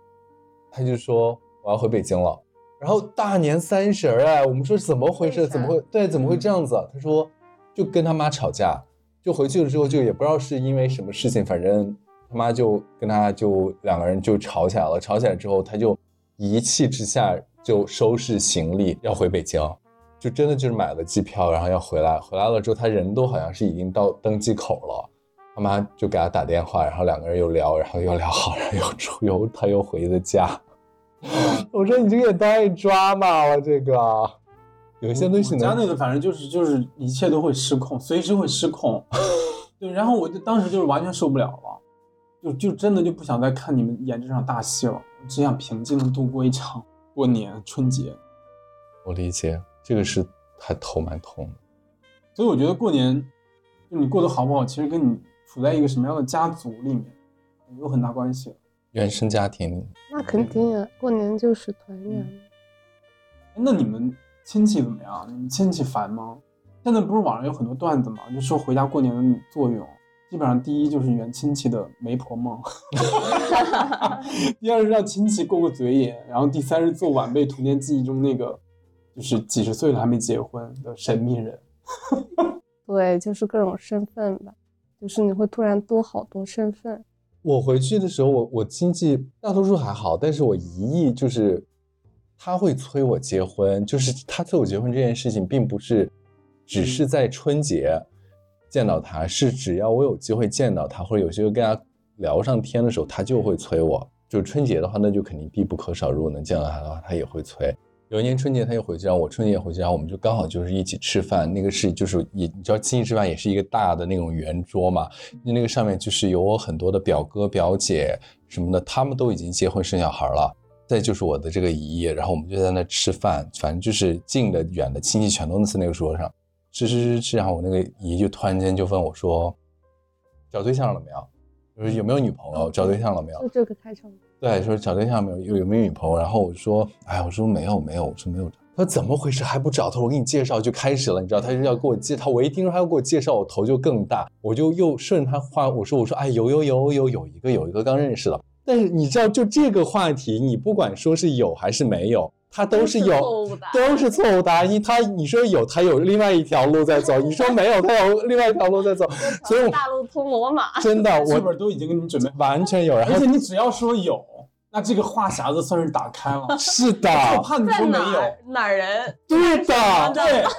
S2: 他就说我要回北京了。然后大年三十儿哎，我们说怎么回
S3: 为
S2: 事？
S3: 啥
S2: 怎么会对？怎么会这样子啊？他说就跟他妈吵架，就回去了之后就也不知道是因为什么事情，反正他妈就跟他就两个人就吵起来了。吵起来之后，他就一气之下就收拾行李要回北京，就真的就是买了机票，然后要回来。回来了之后，他人都好像是已经到登机口了。他妈就给他打电话，然后两个人又聊，然后又聊好，然后又出游，他又回的家。 我说你这个也太抓马了，这个啊有一些东西
S1: 我
S2: 能
S1: 家那个反正就是就是一切都会失控，随时会失 控。对，然后我就当时就是完全受不了了，就就真的就不想再看你们演这场大戏了，我只想平静的度过一场过年春节。
S2: 我理解，这个是他头蛮痛的。
S1: 所以我觉得过年，就你过得好不好，其实跟你处在一个什么样的家族里面有很大关系。
S2: 原生家庭
S4: 那肯定啊，过年就是团
S2: 嗯
S4: 圆。
S1: 那你们亲戚怎么样？你们亲戚烦吗？现在不是网上有很多段子嘛，就说回家过年的作用，基本上第一就是圆亲戚的媒婆 梦， 第二是让亲戚过过嘴瘾，然后第三是做晚辈童年记忆中那个，就是几十岁了还没结婚的神秘人。
S4: 对，就是各种身份吧，就是你会突然多好多身份。
S2: 我回去的时候，我我亲戚大多数还好，但是我姨姨就是，她会催我结婚，就是她催我结婚这件事情，并不是只是在春节见到她，是只要我有机会见到她，或者有机会跟她聊上天的时候，她就会催我。就春节的话，那就肯定必不可少，如果能见到她的话，她也会催。有一年春节，她又回去，然后我春节也回去，然后我们就刚好就是一起吃饭，那个是就是也你知道亲戚吃饭也是一个大的那种圆桌嘛，那个上面就是有我很多的表哥表姐什么的，他们都已经结婚生小孩了。再就是我的这个姨，然后我们就在那吃饭，反正就是近的远的亲戚全都在那个桌上吃吃吃吃。然后我那个姨就突然间就问我说：“找对象了没有？就是有没有女朋友？找对象了没有
S4: 就？”这个开场白，
S2: 对，说找对象没有，有有没有女朋友？然后我说，哎，我说没有没有，我说没有。他说怎么回事还不找他？我给你介绍就开始了，你知道，他就要给我介绍。我一听说他要给我介绍，我头就更大，我就又顺着他话，我说我说哎有有有有有一个有一个刚认识的。但是你知道，就这个话题，你不管说是有还是没有，他都是有，
S3: 错误的。
S2: 都是错误答案。因他你说有，他有另外一条路在走；你说没有，他有另外一条路 在走。所以我
S3: 大路通罗马，
S2: 真的
S1: 剧
S2: 我
S1: 本都已经给你准备好，
S2: 完全有。然
S1: 而
S2: 后
S1: 且你只要说有，那这个话匣子算是打开了。
S2: 是啊的，
S1: 我怕你
S3: 在
S1: 说没
S3: 哪
S1: 有
S3: 儿，哪儿人？
S2: 对的，
S1: 对。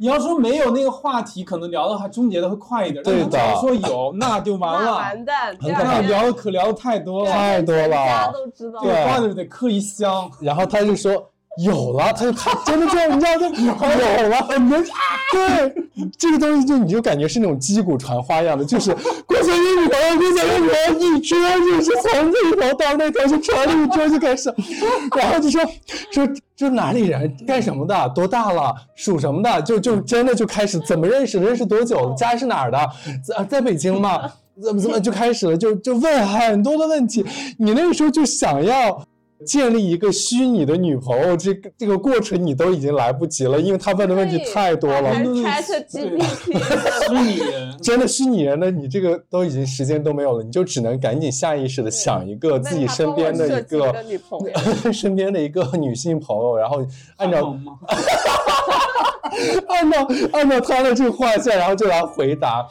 S1: 你要说没有那个话题，可能聊的还终结的会快一点。但
S2: 对
S1: 是
S2: 的
S1: 只要说有，那就完
S3: 那
S1: 了。
S3: 完蛋，第
S2: 很可
S3: 二
S2: 怕
S1: 那
S3: 天
S1: 聊的可聊的太多了，
S2: 太多
S3: 大家
S2: 了。
S3: 都知道
S1: 这个
S2: 对
S1: 瓜子得嗑一箱。
S2: 然后他就说有了，他就看真的这样，你知道就有了，很明对这个东西就你就感觉是那种击鼓传花一样的， 就是郭麒麟女朋友，郭麒麟女朋友一桌就是从这头到那头就传了一桌就 开始，然后就说说说哪里人干什么的，多大了，属什么的，就就真的就开始怎么认识的，认识多久，家是哪儿的，在在北京吗？怎么怎么就开始了，就就问很多的问题，你那个时候就想要建立一个虚拟的女朋友，这个这个过程你都已经来不及了，因为他问的问题
S3: 对
S2: 太多了
S3: 还。是
S1: 对
S3: Chat
S1: 对
S3: GPT，
S1: 虚拟人，
S2: 真的虚拟人的你这个都已经时间都没有了，你就只能赶紧下意识的想一个自己身边的一
S3: 那他帮
S2: 个
S3: 我设计个女朋友
S2: 身边的一个女性朋友，然后按
S1: 看
S2: 照
S1: 懂吗？
S2: 按照按照他的这个画像，然后就来回答，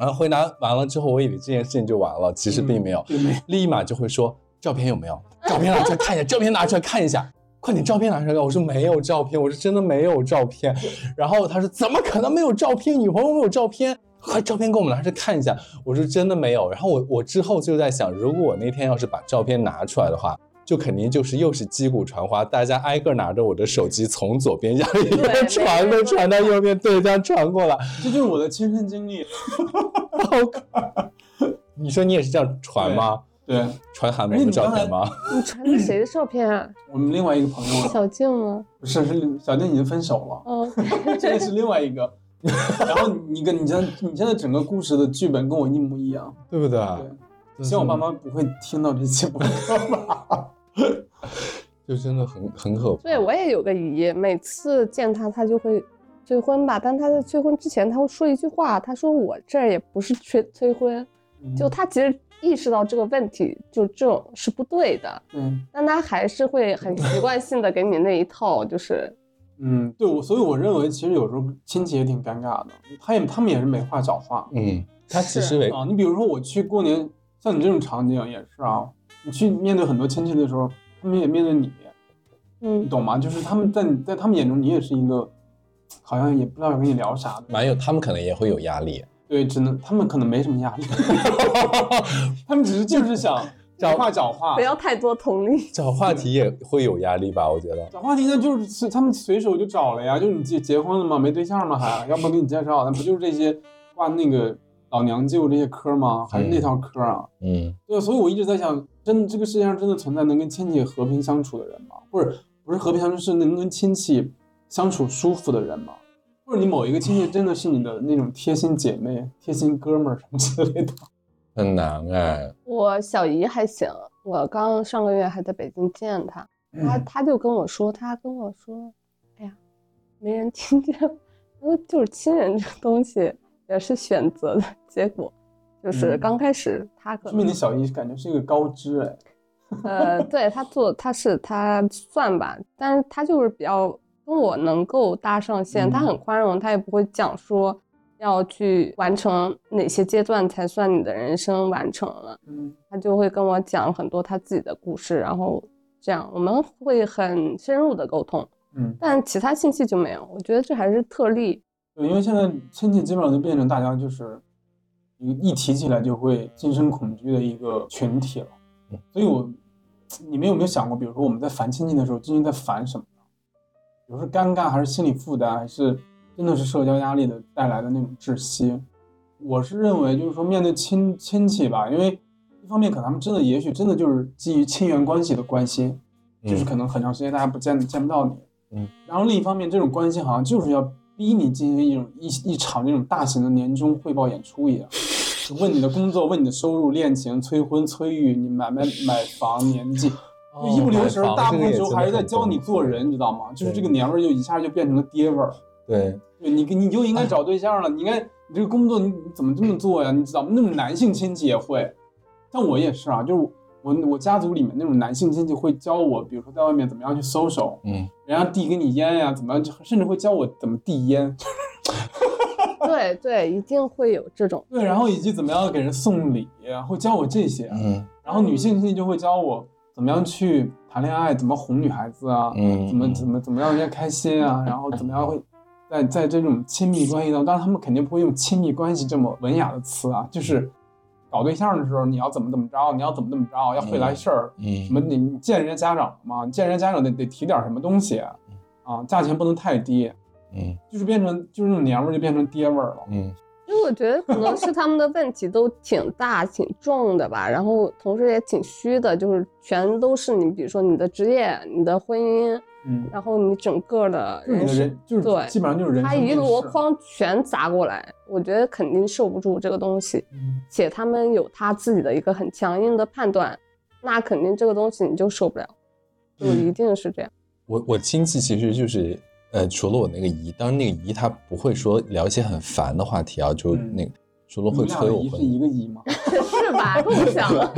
S2: 然后回答完了之后，我以为这件事情就完了，其实并没有，
S1: 嗯对没？
S2: 立马就会说照片有没有？ 照片拿出来看一下，照片拿出来看一下，快点照片拿出来看。我说没有照片，我说真的没有照片。然后他说怎么可能没有照片？女朋友没有照片，快照片给我们拿出来看一下。我说真的没有。然后我我之后就在想，如果我那天要是把照片拿出来的话。就肯定就是又是击鼓传花，大家挨个拿着我的手机从左边这样一边
S3: 对
S2: 传都传到右边，对，这样传过来。
S1: 这就是我的亲身经历。
S2: 你说你也是这样传吗？
S1: 对
S2: 传韩文的照片吗？
S3: 你传的谁的照片啊？
S1: 我们另外一个朋友，
S3: 小静 吗？
S1: 不是是小丁已经分手 了。
S3: 嗯，
S1: 这个是另外一个。 然后你跟你现在你现在整个故事的剧本跟我一模一样，
S2: 对不对？
S1: 对，希望我爸妈不会听到这期播客吧。
S2: 就真的很很可怕。
S3: 对我也有个姨，每次见她，她就会催婚吧，但她在催婚之前，她会说一句话，她说我这儿也不是催催婚，就她其实意识到这个问题，就这种是不对的，
S1: 嗯
S3: 但她还是会很习惯性的给你那一套，就是
S1: 嗯，对我，所以我认为其实有时候亲戚也挺尴尬的，他也他们也是没话找话
S2: 嗯，他其实为
S1: 啊。你比如说我去过年，像你这种场景也是啊，你去面对很多亲戚的时候，他们也面对你，你
S3: 嗯，
S1: 懂吗？就是他们在你在他们眼中你也是一个，好像也不知道跟你聊啥的，
S2: 蛮有，他们可能也会有压力。
S1: 对，只能他们可能没什么压力， 他们只是就是想找话找话
S3: 不，要太多同理，
S2: 找话题也会有压力吧？我觉得。
S1: 找话题那就是是他们随手就找了呀，就是你结结婚了吗？没对象吗？还要不给你介绍？那不就是这些挂那个老娘舅这些科吗？还是那套科啊？
S2: 嗯，
S1: 对，所以我一直在想，真的这个世界上真的存在能跟亲戚和平相处的人吗？或者不是和平相处，是能跟亲戚相处舒服的人吗？或者你某一个亲戚真的是你的那种贴心姐妹、贴心哥们儿什么之类的？
S2: 很难哎。
S3: 我小姨还行，我刚上个月还在北京见她，他
S1: 嗯
S3: 他就跟我说，他跟我说，哎呀，没人听见，说就是亲人这个东西也是选择的结果，就是
S1: 嗯
S3: 刚开始他 可
S1: 说明
S3: 能、
S1: 你小姨感觉是一个高知哎，
S3: 呃，对他做他是他算吧，但是他就是比较跟我能够搭上线，他
S1: 嗯
S3: 很宽容，他也不会讲说要去完成哪些阶段才算你的人生完成了。
S1: 嗯，
S3: 他就会跟我讲很多他自己的故事，然后这样我们会很深入的沟通。
S1: 嗯
S3: 但其他信息就没有，我觉得这还是特例。
S1: 对，因为现在亲戚基本上就变成大家就是一一提起来就会心生恐惧的一个群体了
S2: 嗯。
S1: 所以我，你们有没有想过，比如说我们在烦亲戚的时候，究竟在烦什么呢？比如说尴尬，还是心理负担，还是真的是社交压力的带来的那种窒息？我是认为，就是说面对亲亲戚吧，因为一方面可能他们真的也许真的就是基于亲缘关系的关心，就是可能很长时间大家不见见不到你。
S2: 嗯。
S1: 然后另一方面，这种关系好像就是要逼你进行一种一一场这种大型的年终汇报演出一样，就问你的工作，问你的收入、恋情、催婚、催育、你买卖、买房、年纪，就一不留神，
S2: 哦买房
S1: 大部分
S2: 这个也
S1: 时候还是
S2: 真的
S1: 在
S2: 很
S1: 教你做人，你知道吗？就是这个年味儿就一下就变成了爹味儿。
S2: 对，
S1: 对你，你就应该找对象了。你应该，你这个工作你怎么这么做呀？你知道吗？那种男性亲戚也会，但我也是啊，就是我我家族里面那种男性亲戚会教我，比如说在外面怎么样去 social，
S2: 嗯，
S1: 人家递给你烟呀、怎么样，甚至会教我怎么递烟。
S3: 对对，一定会有这种。
S1: 对，然后以及怎么样给人送礼，会教我这些。
S2: 嗯
S1: 然后女性亲戚就会教我怎么样去谈恋爱，怎么哄女孩子啊，
S2: 嗯，
S1: 怎么怎么怎么让人家开心啊，然后怎么样会在在这种亲密关系当中，当然他们肯定不会用亲密关系这么文雅的词啊，
S2: 嗯
S1: 就是搞对象的时候你要怎么怎么着，你要怎么怎么着，要会来事儿，
S2: 嗯
S1: 什么你你见人家家长了吗？你见人家家长得得提点什么东西啊，价钱不能太低，
S2: 嗯
S1: 就是变成就是那种娘们儿就变成爹味儿了，
S2: 嗯
S3: 因为我觉得可能是他们的问题都挺大、挺重的吧，然后同时也挺虚的，就是全都是你，比如说你的职业、你的婚姻，
S1: 嗯，
S3: 然后你整个的
S1: 就是你的
S3: 生
S1: 人就是
S3: 对
S1: 基本上就是人
S3: 他
S1: 生
S3: 一
S1: 电
S3: 箩
S1: 视，
S3: 筐全砸过来，我觉得肯定受不住这个东西。
S1: 嗯
S3: 且他们有他自己的一个很强硬的判断，那肯定这个东西你就受不了，就
S1: 嗯
S3: 一定是这样。
S2: 我我亲戚其实就是，呃，除了我那个姨，当然那个姨她不会说聊一些很烦的话题啊，就
S1: 嗯
S2: 那个、除了
S1: 你
S2: 会
S1: 们俩
S2: 催
S1: 的
S2: 我
S1: 姨是
S2: 婚
S1: 一
S2: 礼，
S1: 个姨吗？
S3: 是吧？共享了。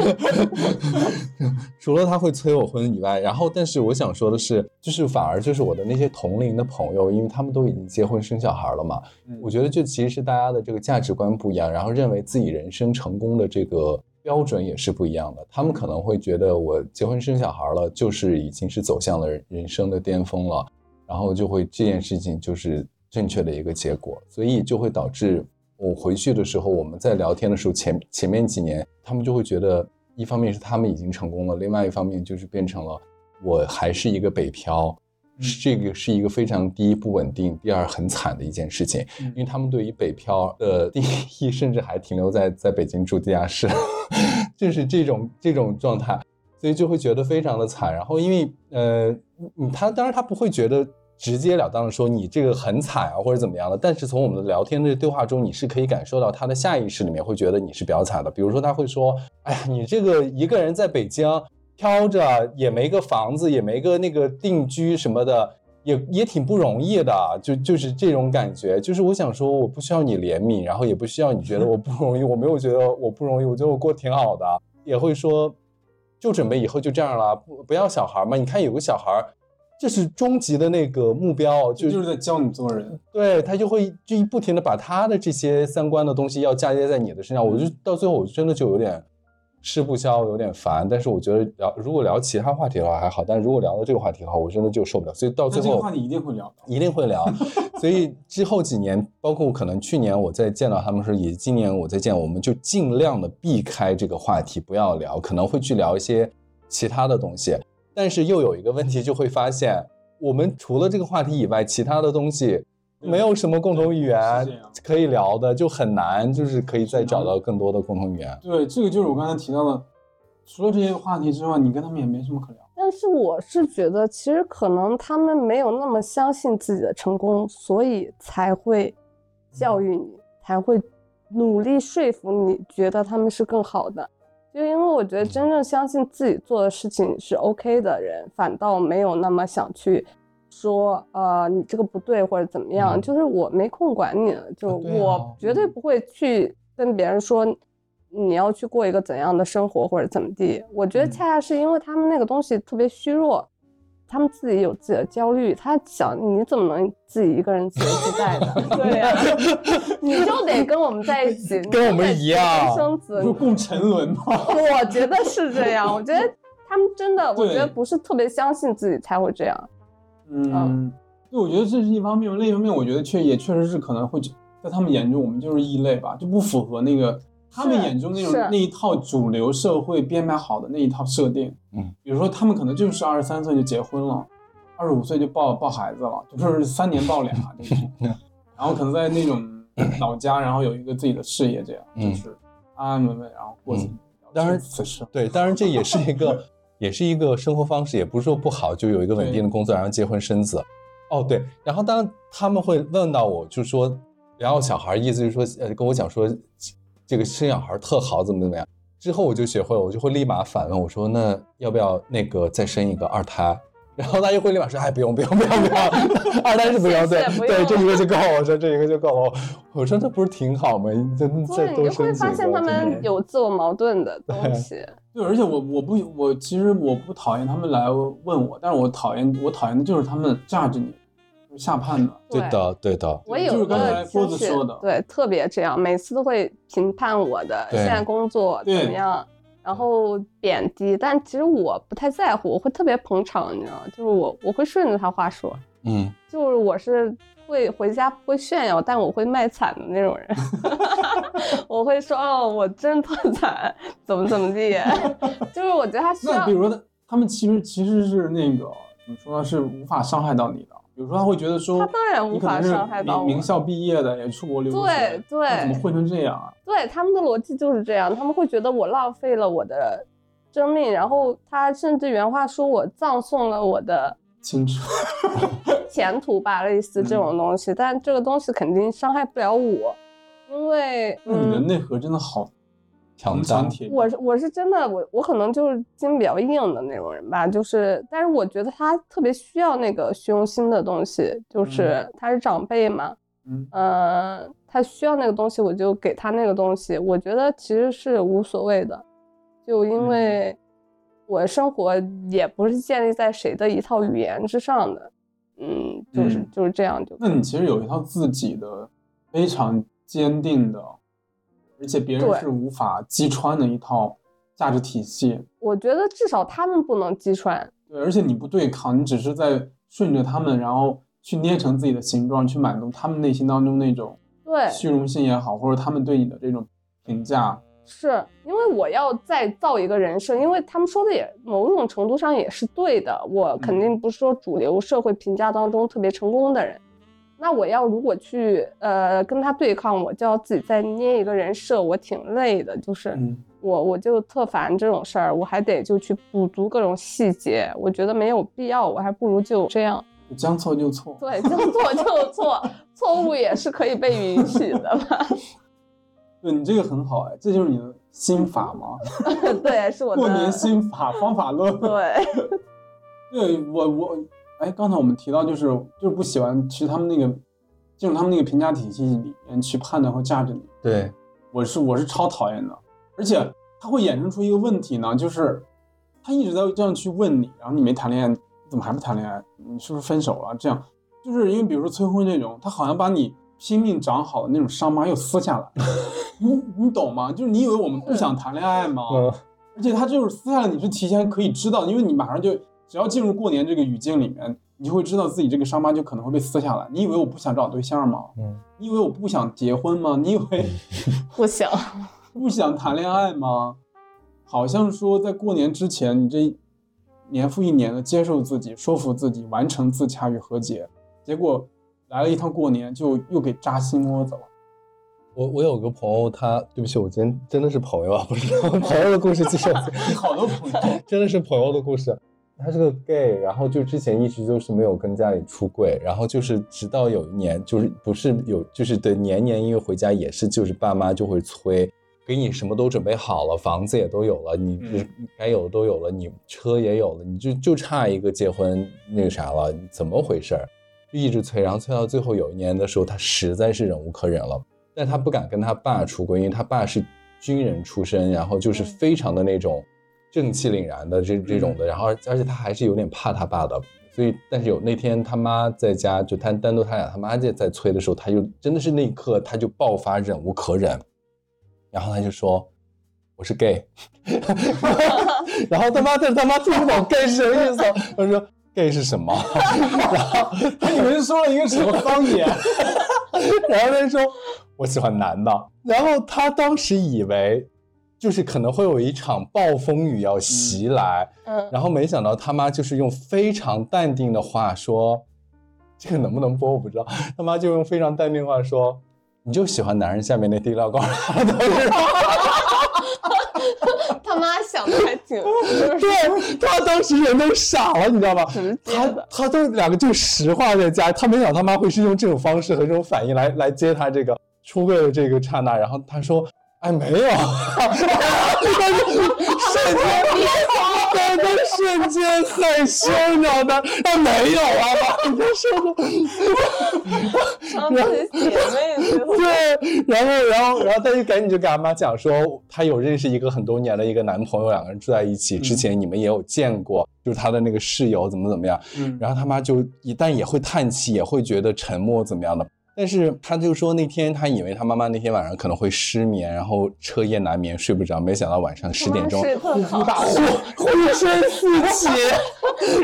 S2: 除了她会催我婚以外，然后但是我想说的是，就是反而就是我的那些同龄的朋友，因为他们都已经结婚生小孩了嘛，
S1: 嗯
S2: 我觉得这其实是大家的这个价值观不一样，然后认为自己人生成功的这个标准也是不一样的。他们可能会觉得我结婚生小孩了，就是已经是走向了人生的巅峰了，然后就会这件事情就是正确的一个结果，所以就会导致我回去的时候，我们在聊天的时候，前前面几年他们就会觉得，一方面是他们已经成功了，另外一方面就是变成了我还是一个北漂。
S1: 嗯
S2: 是这个是一个非常第一不稳定，第二很惨的一件事情。
S1: 嗯
S2: 因为他们对于北漂的定义，甚至还停留在在北京住地下室， 就是这种这种状态，所以就会觉得非常的惨。然后因为呃，嗯，他当然他不会觉得直截了当的说你这个很惨啊或者怎么样的，但是从我们的聊天的对话中，你是可以感受到他的下意识里面会觉得你是比较惨的。比如说他会说，哎呀，你这个一个人在北京挑着，也没个房子，也没个那个定居什么的，也也挺不容易的，啊就就是这种感觉。就是我想说，我不需要你怜悯，然后也不需要你觉得我不容易，我没有觉得我不容易，我觉得我过得挺好的。也会说，就准备以后就这样了，不不要小孩嘛。你看有个小孩儿，这是终极的那个目标，
S1: 这就是在教你做人，
S2: 对他就会就不停的把他的这些三观的东西要嫁接在你的身上，我就
S1: 嗯
S2: 到最后我真的就有点吃不消，有点烦。但是我觉得聊如果聊其他话题的话还好，但如果聊到这个话题的话，我真的就受不了。所以到
S1: 那
S2: 最
S1: 这个
S2: 后
S1: 话你一定会聊到，
S2: 一定会 聊。所以之后几年，包括可能去年我在见到他们的时候，以及今年我在见，我们就尽量的避开这个话题，不要聊，可能会去聊一些其他的东西。但是又有一个问题，就会发现我们除了这个话题以外，其他的东西没有什么共同语
S1: 是
S2: 言
S1: 这样
S2: 可以聊的，就很难，就是可以再找到更多的共同语言。
S1: 对，这个就是我刚才提到的，除了这些话题之外，你跟他们也没什么可聊。
S3: 但是我是觉得，其实可能他们没有那么相信自己的成功，所以才会教
S2: 嗯
S3: 育你，才会努力说服你，觉得他们是更好的。就因为我觉得，真正相信自己做的事情是 OK 的人，反倒没有那么想去说，呃，你这个不对或者怎么样。
S2: 嗯
S3: 就是我没空管你了，就
S2: 啊对啊
S3: 我绝对
S1: 嗯
S3: 不会去跟别人说你要去过一个怎样的生活或者怎么地。我觉得
S1: 嗯
S3: 恰恰是因为他们那个东西特别虚弱，他们自己有自己的焦虑，他想你怎么能自己一个人自由自在呢？对呀、你就得跟我们在一起，你
S2: 跟
S3: 就
S2: 我们
S3: 得
S2: 一
S3: 结婚
S2: 样
S3: 生
S1: 不
S3: 子
S1: 是，共沉沦吗？
S3: 我觉得是这样，我觉得他们真的，我觉
S1: 对
S3: 得不是特别相信自己才会这样。
S1: 嗯，对，我觉得这是一方面，另一方面，我觉得确也确实是可能会在他们眼中，我们就是异类吧，就不符合那个他们眼中那种
S3: 是
S1: 那一套主流社会编排好的那一套设定。
S2: 嗯，
S1: 比如说他们可能就是二十三岁就结婚了，二十五岁就抱抱孩子了，就是三年抱俩这种，
S2: 嗯
S1: 然后可能在那种老家，然后有一个自己的事业，这样
S2: 嗯
S1: 就是安安稳稳，然后过自己
S2: 嗯当然
S1: 此生。
S2: 对，当然这也是一 个也是一个生活方式，也不是说不好，就有一个稳定的工作，然后结婚生子。哦，对，然后当他们会问到我，就说，然后小孩意思就是说，呃，跟我讲说，这个生小孩特好，怎么怎么样。之后我就学会了，我就会立马反问我说：“那要不要那个再生一个二胎？”然后他就会立马说：“哎，不用不用不用不 用，二胎是不用，
S4: 谢
S2: 对
S4: 谢不
S2: 对，
S4: 用
S2: 这一个就够。”我说：“这一个就够。”我说：“这不是挺好吗？你再再多
S3: 对，你就会
S2: 生几
S3: 发
S2: 个。”
S3: 现
S1: 真
S3: 他们
S1: 的
S3: 有自我矛盾的东 西。
S1: 对，而且我我不我其实我不讨厌他们来问我，但是我讨厌我讨厌的就是他们炸着你，就是下判断。
S2: 对的对的，
S3: 我
S1: 对
S3: 有
S1: 就是刚
S3: 个
S1: 才郭子
S3: 亲戚
S1: 说的
S3: 对，特别这样，每次都会评判我的
S2: 对
S3: 现在工作怎
S1: 对
S3: 么样，然后贬低，但其实我不太在乎，我会特别捧场，你知道吗，就是我我会顺着他话说，
S2: 嗯，
S3: 就是我是会回家不会炫耀，但我会卖惨的那种人， 我会说哦，我真特惨，怎么怎 么地，就是我觉得他需
S1: 那
S3: 要
S1: 比如说他他们其实其实是那个怎么说是无法伤害到你的，比如说他会觉得说
S3: 他当然无
S1: 你可
S3: 法
S1: 能是
S3: 伤害到
S1: 名
S3: 我
S1: 名校毕业的，也出国留过学，
S3: 对对
S1: 那怎么混成这样啊？
S3: 对，他们的逻辑就是这样，他们会觉得我浪费了我的生命，然后他甚至原话说我葬送了我的
S1: 青春，
S3: 前途吧，类似这
S1: 嗯
S3: 种东西。但这个东西肯定伤害不了我，因为
S1: 那你的
S3: 嗯，
S1: 内核真的好
S2: 强
S1: 强
S2: 大，
S1: 铁
S3: 我是我是真的我我可能就是筋比较硬的那种人吧，就是，但是我觉得他特别需要那个虚荣心的东西，就是他是长辈嘛，
S1: 嗯，
S3: 呃，他需要那个东西，我就给他那个东西。我觉得其实是无所谓的，就因为我生活也不是建立在谁的一套语言之上的，嗯，就是、
S1: 嗯
S3: 就是这样就。
S1: 那你其实有一套自己的非常坚定的，而且别人
S3: 对
S1: 是无法击穿的一套价值体系。
S3: 我觉得至少他们不能击穿，
S1: 对，而且你不对抗，你只是在顺着他们，然后去捏成自己的形状，去满足他们内心当中那种
S3: 对，
S1: 虚荣心也好，或者他们对你的这种评价。
S3: 是因为我要再造一个人设，因为他们说的也某种程度上也是对的。我
S1: 嗯
S3: 肯定不是说主流社会评价当中特别成功的人，那我要如果去呃跟他对抗，我就要自己再捏一个人设，我挺累的。就是
S1: 嗯，
S3: 我我就特烦这种事儿，我还得就去补足各种细节，我觉得没有必要，我还不如就这样。
S1: 就将错就错。
S3: 对，就错就错，错误也是可以被允许的吧？
S1: 对你这个很好哎，这就是你的心法嘛，
S3: 对，是我的
S1: 过年心法方法论。
S3: 对。
S1: 对我我，哎，刚才我们提到就是就是不喜欢，其实他们那个进入他们那个评价体系里面去判断和价值你，
S2: 对，
S1: 我是我是超讨厌的，而且它会衍生出一个问题呢，就是他一直在这样去问你，然后你没谈恋爱，你怎么还不谈恋爱？你是不是分手了？这样就是因为比如说催婚这种，他好像把你拼命长好的那种伤疤又撕下来，你你懂吗？就是你以为我们不想谈恋爱吗？
S2: 嗯，
S1: 而且他就是私下来你是提前可以知道，因为你马上就只要进入过年这个语境里面，你就会知道自己这个伤疤就可能会被撕下来。你以为我不想找对象吗？
S2: 嗯，
S1: 你以为我不想结婚吗？你以为
S4: 不行，
S1: 不想谈恋爱吗？好像说在过年之前，你这年复一年的接受自己、说服自己、完成自洽与和解，结果来了一趟过年就又给扎心窝子了。
S2: 我我有个朋友他，对不起，我今天真的是朋友啊，不 是朋友的故事，介绍。
S1: 你好多朋友，
S2: 真的是朋友的故事。他是个 gay，然后就之前一直就是没有跟家里出柜，然后就是直到有一年，就是不是有就是对年年因为回家也是就是爸妈就会催，给你什么都准备好了，房子也都有了，你就是该有的都有了，你车也有了，你就就差一个结婚那个啥了，怎么回事儿？就一直催，然后催到最后有一年的时候，他实在是忍无可忍了，但他不敢跟他爸出轨，因为他爸是军人出身，然后就是非常的那种正气凛然的这这种的，然后而而且他还是有点怕他爸的，所以但是有那天他妈在家，就他单独他俩他妈在在催的时候，他就真的是那一刻他就爆发忍无可忍，然后他就说我是 gay，然后他妈但是他妈听不懂 gay 是什么意思，他说 gay 是什么， 然后
S1: 你们说了一个什么方言？
S2: 然后他就说我喜欢男的，然后他当时以为就是可能会有一场暴风雨要袭来，
S4: 嗯，
S2: 然后没想到他妈就是用非常淡定的话说，这个能不能播我不知道，他妈就用非常淡定的话说，你就喜欢男人下面那滴料膏，都是
S4: 他妈想的还 挺，就是
S2: 对他当时人都傻了，你知道吗？
S4: 直接
S2: 他
S4: 的，
S2: 他都两个就实话在家，他没想到他妈会是用这种方式和这种反应来来接他这个出柜的这个刹那。然后他说：“哎，没有，瞬间，但是瞬间很羞恼的，哎，没有啊，你就说的，
S4: 伤自己姐妹最后
S2: 对，然后，然后，然后，他就赶紧就跟阿妈讲说，他有认识一个很多年的一个男朋友，两个人住在一起，之前你们也有见过，就是他的那个室友怎么怎么样，
S1: 嗯，
S2: 然后他妈就一旦也会叹气，也会觉得沉默怎么样的。但是他就说那天他以为他妈妈那天晚上可能会失眠，然后彻夜难眠睡不着，没想到晚上十点钟
S4: 睡特好，
S2: 浑身四 起，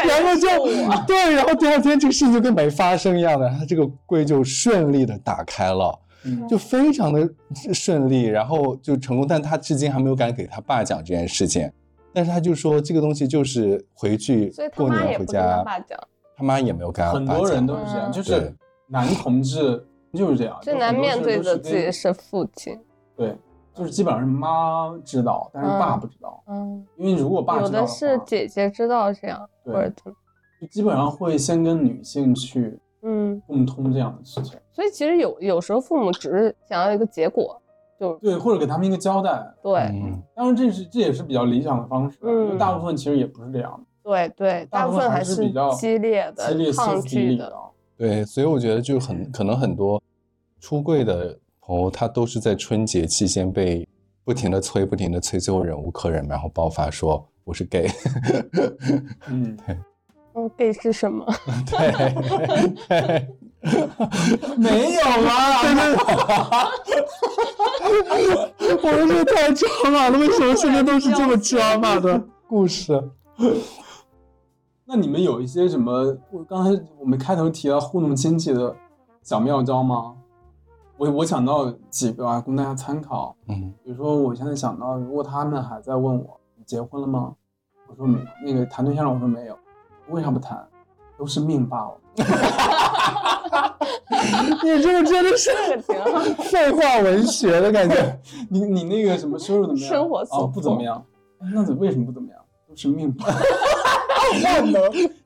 S2: 然后就对，然后第二天这个事情就跟没发生一样的，他这个柜就顺利的打开了，
S1: 嗯
S2: 就非常的顺利，然后就成功，但他至今还没有敢给他爸讲这件事情。但是他就说这个东西就是回去
S4: 所以他
S2: 过
S4: 妈
S2: 年
S4: 也不
S2: 回
S4: 跟他
S2: 家，
S4: 爸讲，
S2: 他妈也没有跟他
S1: 很
S2: 爸
S1: 多人
S2: 讲
S1: 都是这样，
S4: 嗯
S1: 就是
S2: 对
S1: 男同志就是这样，
S3: 最
S1: 就
S3: 难
S1: 很多
S3: 面
S1: 事
S3: 对
S1: 都
S3: 的
S1: 是
S3: 自
S1: 跟
S3: 己是父亲，
S1: 对，就是基本上是妈知道，但是爸
S3: 嗯
S1: 不知道，
S3: 嗯，
S1: 因为如果爸知
S3: 有
S1: 道
S3: 的
S1: 话
S3: 是姐姐知道这样，或者
S1: 对，
S3: 怎么，
S1: 就基本上会先跟女性去
S3: 嗯，
S1: 共通这样的事情，
S3: 所以其实有有时候父母只是想要一个结果，
S1: 对，或者给他们一个交代。
S3: 对
S2: 嗯，
S1: 当然，这是这也是比较理想的方式，啊
S3: 嗯
S1: 因为大部分其实也不是这样
S3: 对对，
S1: 大
S3: 大
S1: 部
S3: 部
S1: 分
S3: 分
S1: 还
S3: 还
S1: 是
S3: 是
S1: 比较
S3: 激烈
S1: 的，激
S3: 的、
S1: 烈
S3: 抗
S1: 歇斯底
S3: 拒
S1: 里
S3: 的，
S1: 啊
S2: 对，所以我觉得就很可能很多出柜的朋友，他都是在春节期间被不停的催，不停的催，最后忍无可忍，然后爆发说我是 gay。
S1: 嗯，
S3: 嗯，gay 是什么？
S2: 对， 对
S1: 没有
S2: 啊
S1: 啦，
S2: 我们这太抓马了，为什么身边都是这么抓马的 故事？
S1: 那你们有一些什么？我刚才我们开头提到糊弄亲戚的小妙招吗？我我想到几个啊，供大家参考。
S2: 嗯，
S1: 比如说，我现在想到，如果他们还在问我你结婚了吗？我说没，那个谈对象了，我说没有，为啥不谈？都是命罢了。
S2: 你这个真的是
S4: 这个
S1: 啊
S4: 挺好。
S2: 废话文学的感 觉。
S1: 你你那个什么收入怎么样？
S4: 生活所迫
S1: 哦不怎么样，那怎为什么不怎么样？都是命罢了。
S2: 万能，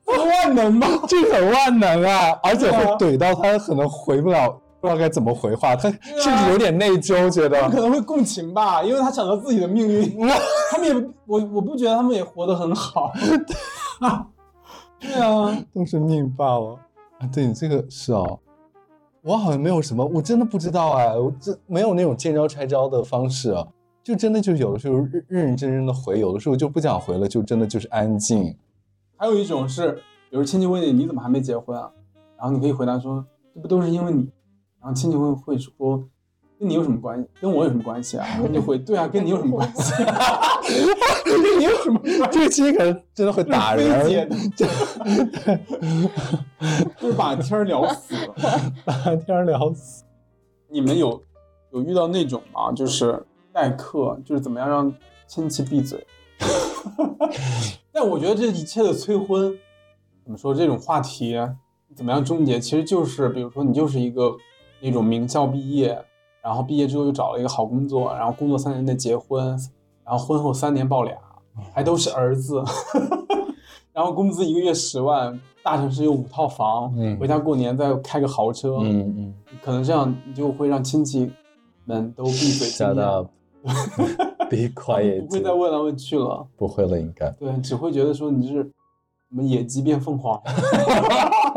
S2: 万能吧？ 这很万能啊，而且会怼到他，可能回不了，不知道该怎么回话，他甚至有点内疚，觉
S1: 他
S2: 得
S1: 们可能会共情吧，因为他想到自己的命运，他们也我我不觉得他们也活得很好。 对啊，
S2: 都是命罢了。啊，对你这个是哦，我好像没有什么，我真的不知道哎，我这没有那种见招拆招的方式啊，就真的就有的时候认认认真真的回，有的时候就不想回了，就真的就是安静。
S1: 还有一种是，有时亲戚问你你怎么还没结婚啊，然后你可以回答说这不都是因为你，然后亲戚会会说跟你有什么关系，跟我有什么关系啊？然后你就回对啊，跟你有什么关系、啊？ 跟你有什么关系？
S2: 这个其实可能真的会打
S1: 就是
S2: 人，
S1: 非解的就是把天儿聊死了。
S2: 把天儿聊死。
S1: 你们有有遇到那种吗？就是代课，就是怎么样让亲戚闭嘴？ 但我觉得这一切的催婚，怎么说这种话题怎么样终结，其实就是比如说你就是一个那种名校毕业，然后毕业之后又找了一个好工作，然后工作三年内结婚，然后婚后三年抱俩，还都是儿子， 然后工资一个月十万，大城市有五套房，
S2: 嗯
S1: 回家过年再开个豪车，
S2: 嗯嗯。
S1: 可能这样你就会让亲戚们都闭嘴
S2: Shut up. Be
S1: 他们
S2: quiet.
S1: 不会再问来问去了，
S2: 不会了，应该。
S1: 对，只会觉得说你是什么野鸡变凤凰，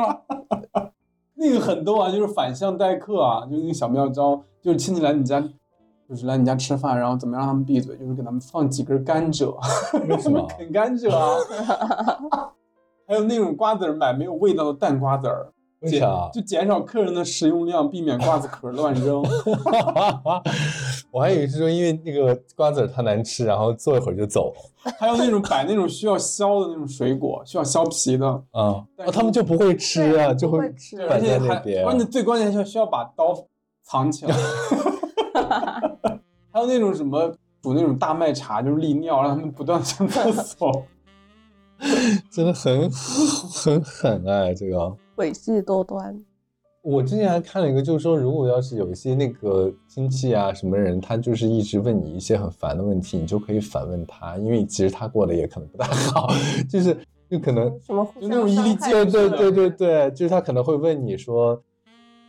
S1: 那个很逗啊，就是反向待客啊，就是那个小妙招，就是亲戚来你家，就是来你家吃饭，然后怎么让他们闭嘴，就是给他们放几根甘蔗，
S2: 为
S1: 让他
S2: 什
S1: 们
S2: 么
S1: 啃甘蔗啊， 还有那种瓜子儿买没有味道的淡瓜子儿。
S2: 为
S1: 减
S2: 啥？啊
S1: 就减少客人的食用量，避免瓜子壳儿乱扔。
S2: 我还以为是说因为那个瓜子儿它难吃，然后坐一会儿就走。
S1: 还有那种摆那种需要削的那种水果，需要削皮的，
S2: 嗯，
S1: 但是
S2: 哦，他们就不会吃啊，
S4: 对
S2: 就
S4: 不
S2: 会
S4: 会吃
S1: 对，而
S2: 摆
S1: 且
S2: 在那
S1: 还
S2: 边。
S1: 关键最关键是需要把刀藏 起来。还有那种什么煮那种大麦茶，就是利尿，让他们不断上厕所。
S2: 真的很很狠哎，这个。
S3: 诡计多端，
S2: 我之前还看了一个，就是说，如果要是有一些那个亲戚啊什么人，他就是一直问你一些很烦的问题，你就可以反问他，因为其实他过得也可能不太好， 就是就可能
S3: 什么互
S1: 呃就
S3: 相
S1: 那种伊利
S3: 伤害
S1: 健是
S2: 对对
S1: 的
S2: 对对对，就是他可能会问你说，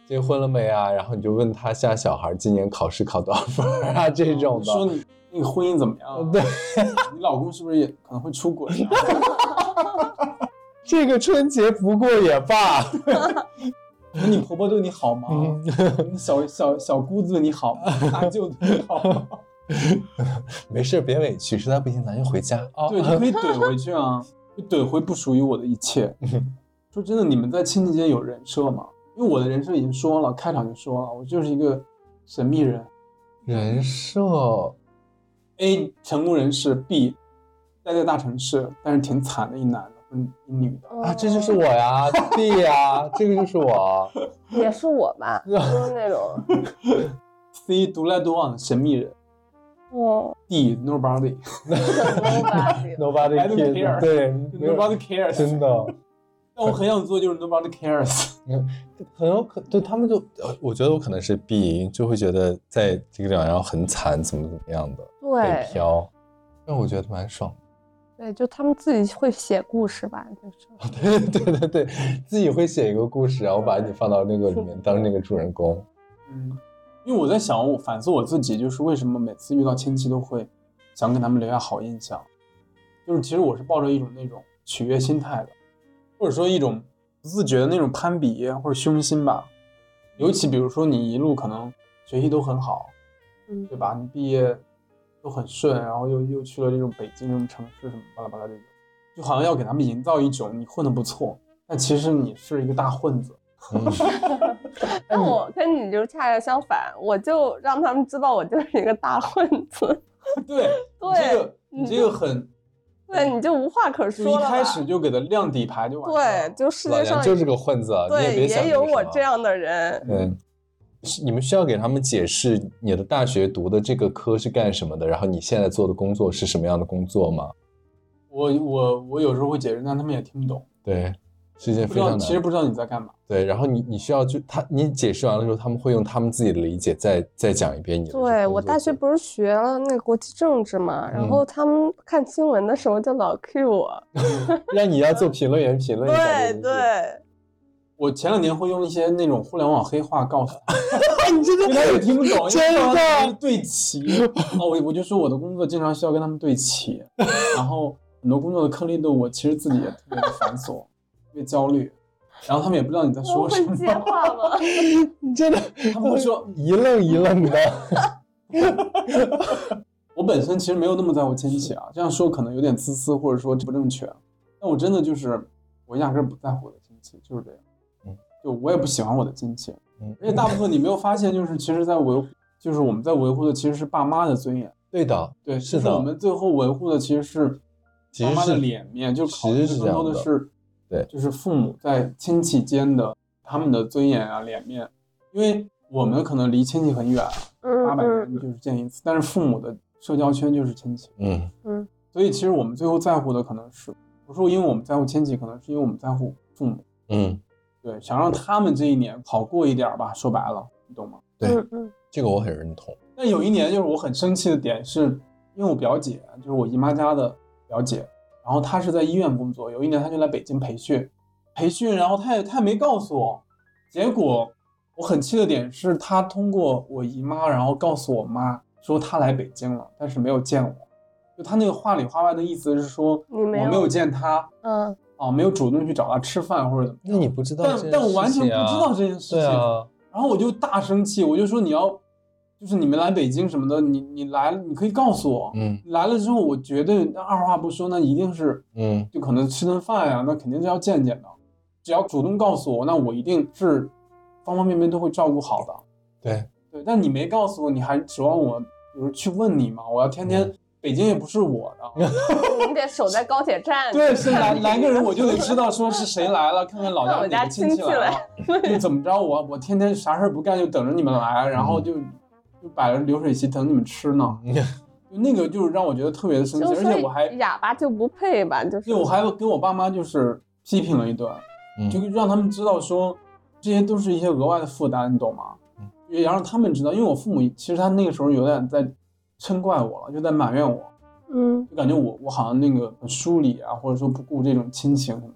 S2: 结婚了没啊？然后你就问他家小孩今年考试考多少分儿啊 这种的。
S1: 嗯
S2: 嗯
S1: 说你那个婚姻怎么样啊？
S2: 对，
S1: 你老公是不是也可能会出轨啊？
S2: 这个春节不过也罢。
S1: 那你婆婆对你好吗？
S2: 嗯
S1: 你小小小姑子对你好吗？大舅对你好吗？
S2: 没事儿，别委屈，实在不行咱就回家啊。
S1: 对，你可以怼回去啊，就怼回不属于我的一 切。
S2: 嗯
S1: 说真的，你们在亲戚间有人设吗？因为我的人设已经说了，开场就说了，我就是一个神秘人
S2: 人设
S1: ，A 成功人士，B 待在大城市，但是挺惨的一男的，嗯，一女的。
S2: 啊，这就是我
S1: 哦
S2: 呀，B 呀，这个就 是我。
S3: 嗯也是我吧，就是那种，
S1: C 独来独往的神秘人
S3: 嗯
S1: ，D nobody
S3: ，nobody
S2: Nobody
S1: I don't
S2: cares，
S1: care
S2: 对， 没有
S1: nobody cares。
S2: 真的。
S1: 但我很想做就是 nobody cares。
S2: 很有可对他们就，呃我觉得我可能是 B，就会觉得在这个地方然后很惨，怎么怎么样的被
S3: 对
S2: 飘，但我觉得蛮爽的。
S3: 对，就他们自己会写故事吧，就是
S2: 对 对对对，自己会写一个故事，然后把你放到那个里面当那个主人 公。
S1: 嗯，因为我在想，我反思我自己，就是为什么每次遇到亲戚都会想给他们留下好印象，就是其实我是抱着一种那种取悦心态的，或者说一种不自觉的那种攀比或者胸心吧。尤其比如说你一路可能学习都很好，
S3: 嗯
S1: 对吧？你毕业都很顺，然后又又去了这种北京这种城市什么巴拉巴拉这种，就好像要给他们营造一种你混得不错，但其实你是一个大混子。
S2: 嗯
S3: 但我跟你就恰恰相反，我就让他们知道我就是一个大混子，
S1: 对，你这
S3: 对嗯
S1: 个你这个很。
S3: 对，你就无话可
S1: 就
S3: 说
S1: 一
S3: 了吧。
S1: 开始就给他亮底牌就完了。
S3: 对，，就世
S2: 老
S3: 界
S2: 娘
S3: 上
S2: 就是个混子，啊你也
S3: 对
S2: 别想
S3: 也有
S2: 那个
S3: 我
S2: 什么
S3: 这。样的人，
S2: 嗯，是你们需要给他们解释你的大学读的这个科是干什么的，然后你现在做的工作是什么样的工作吗？
S1: 我我我有时候会解释，但他们也听不懂，
S2: 对，是一件
S1: 不知
S2: 非
S1: 道
S2: 常难
S1: 其实不知道你在干嘛。
S2: 对，然后你你需要就他你解释完了之后，他们会用他们自己的理解再再讲一遍你的这个
S3: 对
S2: 工
S3: 我
S2: 作
S3: 大学
S2: 经历
S3: 不是学了那个国际政治嘛，然
S2: 嗯
S3: 后他们看新闻的时候就老 Q 我，
S2: 让你要做评论员评论一下这个
S3: 对对，
S1: 我前两年会用一些那种互联网黑话告诉 他，
S2: 东西，
S1: 因为他也听不懂，
S2: 真的
S1: 因为他们对齐。哦，我我就说我的工作经常需要跟他们对齐，然后很多工作的颗粒度，我其实自己也特别的繁琐，特别焦虑，然后他们也不知道你在
S3: 我
S1: 说什
S3: 会
S1: 么，
S3: 接话吗？
S2: 你真的
S1: 他们会说，
S2: 一愣一愣的，
S1: 我本身其实没有那么在乎亲戚啊，这样说可能有点自私，或者说不正确。但我真的就是，我压根儿不在乎我的亲戚，就是这样。
S2: 嗯，
S1: 就我也不喜欢我的亲戚，
S2: 嗯
S1: 而且大部分你没有发现，就是其实在维，就是我们在维护的其实是爸妈的尊严，
S2: 对的，
S1: 对，
S2: 是
S1: 其
S2: 的
S1: 实我们最后维护的其实是
S2: 其
S1: 妈
S2: 实
S1: 妈的
S2: 是
S1: 脸面，就考
S2: 其
S1: 虑
S2: 实是这
S1: 更
S2: 样
S1: 多的
S2: 的
S1: 是，
S2: 对
S1: 就是父母在亲戚间的他们的尊严啊、脸面，因为我们可能离亲戚很远啊，八
S3: 嗯
S1: 百
S3: 嗯
S1: 人就是见一次，但是父母的社交圈就是亲戚。
S2: 嗯，
S1: 所以其实我们最后在乎的可能是，不是因为我们在乎亲戚，可能是因为我们在乎父母，
S2: 嗯，
S1: 对，想让他们这一年好过一点儿吧。说白了，你懂吗？
S2: 对
S3: 嗯嗯，
S2: 这个我很认同，
S1: 但有一年就是我很生气的点是，因为我表姐就是我姨妈家的表姐，然后她是在医院工作，有一年她就来北京培训，培训，然后她也她也没告诉我，结果我很气的点是她通过我姨妈，然后告诉我妈说她来北京了，但是没有见我，就她那个话里话外的意思是说
S3: 你嗯没
S1: 我没
S3: 有
S1: 有见她，
S3: 嗯，
S1: 啊，没有主动去找他吃饭或者怎么样。
S2: 那你不知道这
S1: 但
S2: 件事情啊，
S1: 但我完全不知道这件事情。
S2: 对啊，
S1: 然后我就大生气，我就说你要，就是你们来北京什么的，你你来了，你可以告诉我。
S2: 嗯
S1: 来了之后，我绝对二话不说，那一定是
S2: 嗯，
S1: 就可能吃顿饭呀、那肯定是要见见的。只要主动告诉我，那我一定是方方面面都会照顾好的。
S2: 对，
S1: 对，但你没告诉我，你还指望我，比如去问你吗？我要天天
S2: 嗯
S1: 北京也不是我的，
S3: 你得守在高铁站，
S1: 对，是来来个人，我就 得知道说是谁来了，看看老
S3: 看我
S1: 家
S3: 家
S1: 哪个亲
S3: 亲
S1: 戚
S3: 戚
S1: 来了，就怎么着我我天天啥事儿不干，就等着你们来，然
S2: 嗯
S1: 后就就摆了流水席等你们吃呢，就那个就是让我觉得特别的生气，
S3: 就
S1: 而
S3: 嗯是
S1: 且我还
S3: 哑巴就不配吧，就是
S1: 对我还跟我爸妈就是批评了一顿，
S2: 嗯
S1: 就让他们知道说这些都是一些额外的负担，你懂吗
S2: 嗯？
S1: 也让他们知道，因为我父母其实他那个时候有点在嗔怪我了，就在埋怨我，
S3: 嗯
S1: 就感觉我我好像那个很疏离啊，或者说不顾这种亲情什么的，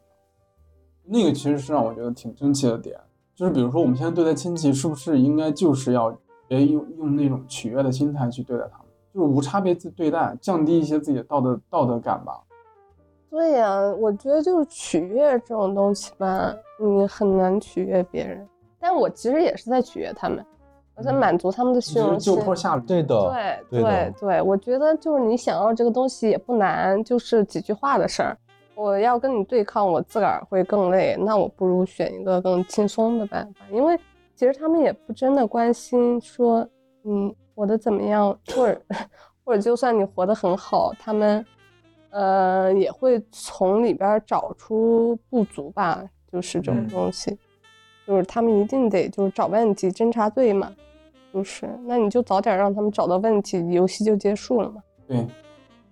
S1: 那个其实是让我觉得挺生气的点。就是比如说我们现在对待亲戚，是不是应该就是要别用用那种取悦的心态去对待他们，就是无差别对待，降低一些自己的道德道德感吧。
S3: 对呀、我觉得就是取悦这种东西吧，你很难取悦别人。但我其实也是在取悦他们，我在
S1: 嗯
S3: 满足他们的
S1: 你
S3: 虚
S1: 就是
S3: 荣
S1: 就
S3: 心。
S1: 坡下驴，
S2: 对的，
S3: 对
S2: 对的
S3: 对对，我觉得就是你想要这个东西也不难，就是几句话的事儿。我要跟你对抗，我自个儿会更累，那我不如选一个更轻松的办法，因为其实他们也不真的关心说，嗯，活得怎么样，或者 或者就算你活得很好，他们呃也会从里边儿找出不足吧，就是这种
S1: 嗯
S3: 东西，就是他们一定得就是找问题，侦查队嘛，就是，那你就早点让他们找到问题，游戏就结束了嘛。
S1: 对，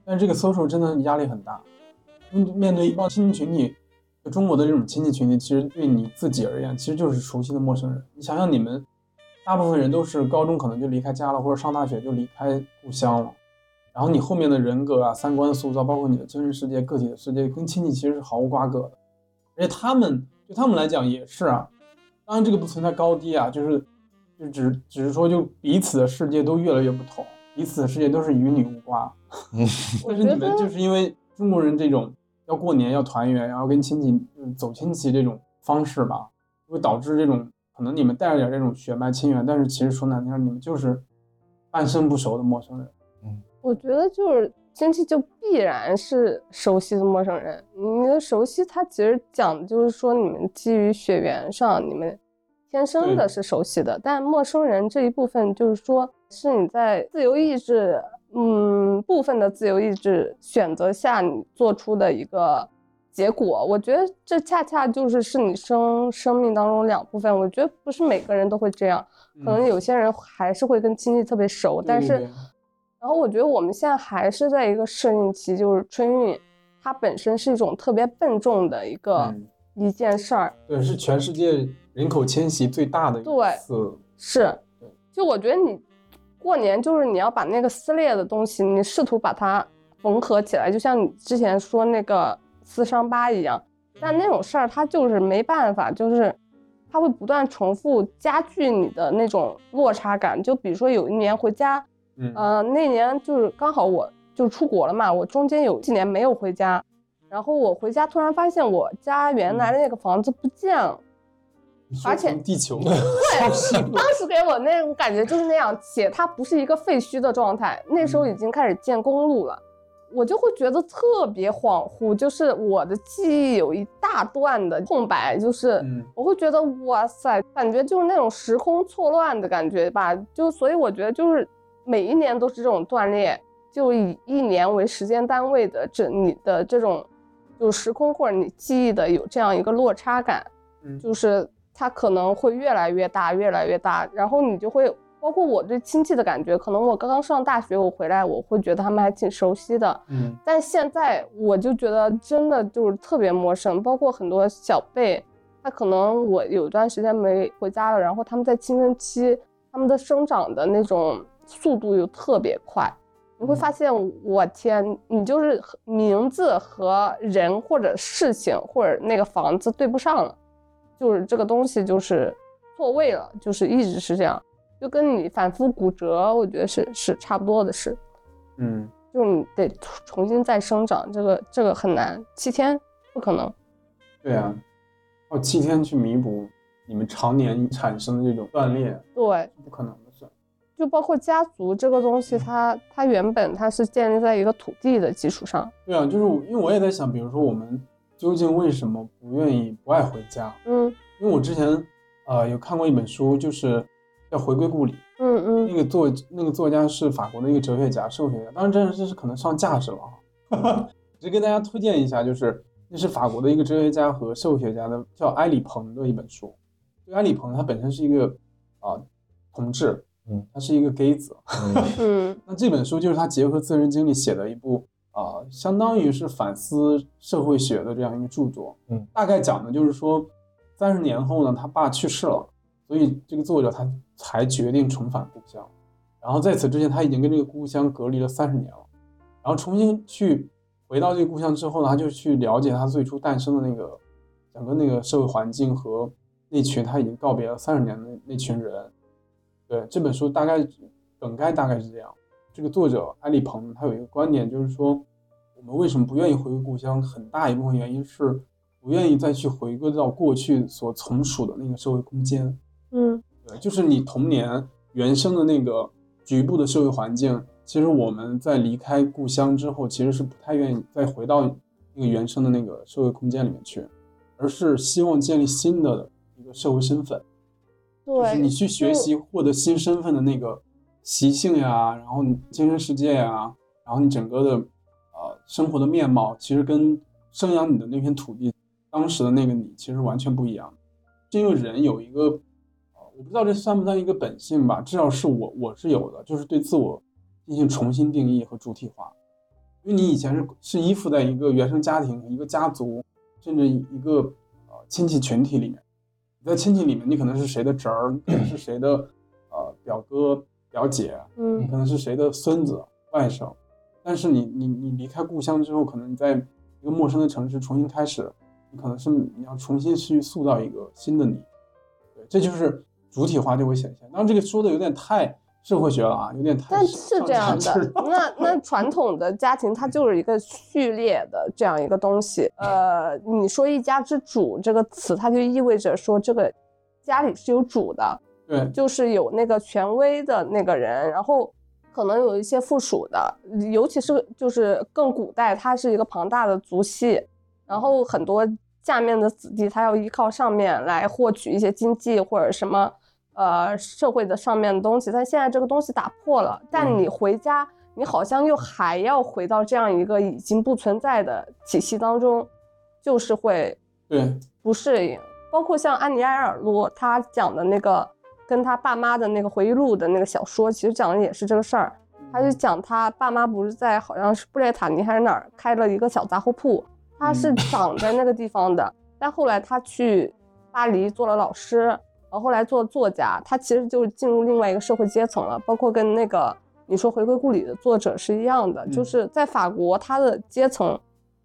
S1: 但这个 social 真的压力很大，面对面对一帮亲戚群体，就中国的这种亲戚群体，其实对你自己而言，其实就是熟悉的陌生人。你想想，你们大部分人都是高中可能就离开家了，或者上大学就离开故乡了，然后你后面的人格啊、三观的塑造，包括你的精神世界、个体的世界，跟亲戚其实是毫无瓜葛的。而且他们对他们来讲也是啊，当然这个不存在高低啊，就是就只只是说就彼此的世界都越来越不同，彼此的世界都是与你无关。 但是你们就是因为中国人这种要过年要团圆，然后跟亲戚嗯走亲戚这种方式吧，会导致这种可能你们带着点这种血脉亲缘，但是其实说难听点，你们就是半生不熟的陌生人。
S3: 我觉得就是亲戚就必然是熟悉的陌生人，你的熟悉它其实讲的就是说你们基于血缘上你们天生
S1: 对
S3: 的是熟悉的，但陌生人这一部分就是说是你在自由意志，嗯，部分的自由意志选择下你做出的一个。结果，我觉得这恰恰就是是你生生命当中两部分。我觉得不是每个人都会这样，可能
S1: 嗯
S3: 有些人还是会跟亲戚特别熟，
S1: 对
S3: 但
S1: 对
S3: 是
S1: 对
S3: 然后我觉得我们现在还是在一个适应期，就是春运，它本身是一种特别笨重的一个、
S1: 嗯
S3: 一件事儿，
S1: 对，是全世界人口迁徙最大的一
S3: 对
S1: 次。
S3: 是
S1: 对，
S3: 就我觉得你过年就是你要把那个撕裂的东西，你试图把它缝合起来，就像你之前说那个撕伤疤一样，但那种事儿它就是没办法，就是它会不断重复加剧你的那种落差感。就比如说有一年回家。
S1: 嗯，
S3: 呃，那年就是刚好我就出国了嘛，我中间有几年没有回家，然后我回家突然发现我家原来的那个房子不见了，
S1: 你说
S3: 而且
S1: 从地球
S3: 当时给我那种感觉就是那样，且它不是一个废墟的状态，那时候已经开始建公路了。我就会觉得特别恍惚，就是我的记忆有一大段的空白，就是
S1: 嗯
S3: 我会觉得哇塞，感觉就是那种时空错乱的感觉吧。就所以我觉得就是每一年都是这种断裂，就以一年为时间单位的这你的这种就时空或者你记忆的有这样一个落差感，
S1: 嗯
S3: 就是它可能会越来越大，越来越大，然后你就会。包括我对亲戚的感觉，可能我刚刚上大学，我回来我会觉得他们还挺熟悉的，
S1: 嗯，
S3: 但现在我就觉得真的就是特别陌生，包括很多小辈，他可能我有段时间没回家了，然后他们在青春期，他们的生长的那种速度又特别快，你会发现，我天，你就是和名字和人或者事情或者那个房子对不上了，就是这个东西就是错位了，就是一直是这样，就跟你反复骨折，我觉得是是差不多的事。
S1: 嗯，
S3: 就是你得重重新再生长，这个这个很难，七天不可能。
S1: 对啊，要七天去弥补你们常年产生的这种断裂，
S3: 对，
S1: 是不可能的事。
S3: 就包括家族这个东西，它它原本它是建立在一个土地的基础上，
S1: 对啊，就是我因为我也在想，比如说我们究竟为什么不愿意不爱回家？
S3: 嗯
S1: 因为我之前呃有看过一本书，就是叫《回归故里》，
S3: 嗯嗯，
S1: 那个作那个作家是法国的一个哲学家、社会学家，当然这这是可能上价值了啊。只跟大家推荐一下，就是那是法国的一个哲学家和社会学家的，叫埃里蓬的一本书。这个埃里蓬他本身是一个啊、同志，
S2: 嗯，
S1: 他是一个 gay 子，
S2: 嗯
S3: 嗯
S1: 那这本书就是他结合自身经历写的一部啊、呃相当于是反思社会学的这样一个著作。
S2: 嗯，
S1: 大概讲的就是说，三十年后呢，他爸去世了，所以这个作者他才决定重返故乡。然后在此之前，他已经跟这个故乡隔离了三十年了。然后重新去回到这个故乡之后呢，他就去了解他最初诞生的那个整个那个社会环境和那群他已经告别了三十年的那群人。对，这本书大概梗概大概是这样。这个作者埃里鹏他有一个观点，就是说我们为什么不愿意回归故乡，很大一部分原因是不愿意再去回归到过去所从属的那个社会空间。
S3: 嗯
S1: 对，就是你童年原生的那个局部的社会环境，其实我们在离开故乡之后，其实是不太愿意再回到那个原生的那个社会空间里面去，而是希望建立新的一个社会身份，就是
S3: 对，
S1: 你去学习获得新身份的那个习性呀，然后你精神世界呀，然后你整个的呃生活的面貌，其实跟生养你的那片土地当时的那个你其实完全不一样。这个人有一个呃我不知道这算不算一个本性吧，至少是我我是有的，就是对自我进行重新定义和主体化。因为你以前是是依附在一个原生家庭、一个家族，甚至一个呃亲戚群体里面。你在亲戚里面，你可能是谁的侄儿，你可能是谁的呃表哥、表姐，
S3: 嗯
S1: 你可能是谁的孙子、外甥，但是你你你离开故乡之后，可能你在一个陌生的城市重新开始，你可能是你要重新去塑造一个新的你，对，这就是主体化就会显现。当然，这个说的有点太社会学了啊，有点太
S3: 但
S1: 上
S3: 是这样
S1: 上价值
S3: 的，那那传统的家庭它就是一个序列的这样一个东西。呃，你说一家之主这个词，它就意味着说这个家里是有主的，
S1: 对
S3: 就是有那个权威的那个人，然后可能有一些附属的，尤其是就是更古代，它是一个庞大的族系，然后很多下面的子弟他要依靠上面来获取一些经济或者什么呃社会的上面的东西，但现在这个东西打破了，但
S1: 嗯
S3: 你回家，你好像又还要回到这样一个已经不存在的体系当中，就是会
S1: 对，
S3: 不适应。包括像安妮埃尔洛他讲的那个跟他爸妈的那个回忆录的那个小说，其实讲的也是这个事儿。他就讲他爸妈不是在好像是布列塔尼还是哪儿开了一个小杂货铺，他是
S1: 嗯
S3: 长在那个地方的，但后来他去巴黎做了老师，然后后来做作家，他其实就进入另外一个社会阶层了，包括跟那个你说《回归故里》的作者是一样的，就
S1: 嗯
S3: 是在法国他的阶层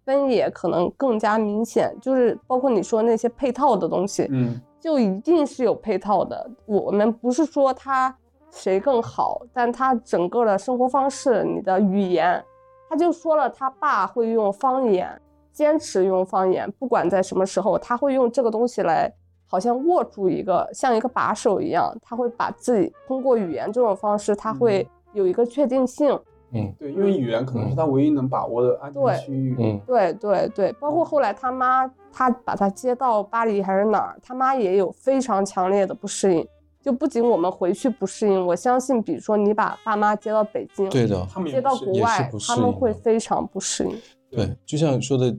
S3: 分野可能更加明显，就是包括你说那些配套的东西，
S1: 嗯
S3: 就一定是有配套的。我们不是说他谁更好，但他整个的生活方式、你的语言，他就说了，他爸会用方言，坚持用方言，不管在什么时候，他会用这个东西来，好像握住一个像一个把手一样，他会把自己通过语言这种方式，他会有一个确定性。
S2: 嗯
S1: 对，因为语言可能是他唯一能把握的安全
S3: 对
S1: 区域。
S2: 嗯
S3: 对对对，包括后来他妈，他把他接到巴黎还是哪儿，他妈也有非常强烈的不适应。就不仅我们回去不适应，我相信，比如说你把爸妈接到北京，
S2: 对的，
S1: 他们也
S3: 接到
S1: 不是
S3: 国
S2: 也是
S3: 外
S2: 不，适
S3: 他们
S2: 应的
S3: 会非常不适应。
S1: 对
S2: 对，就像你说的，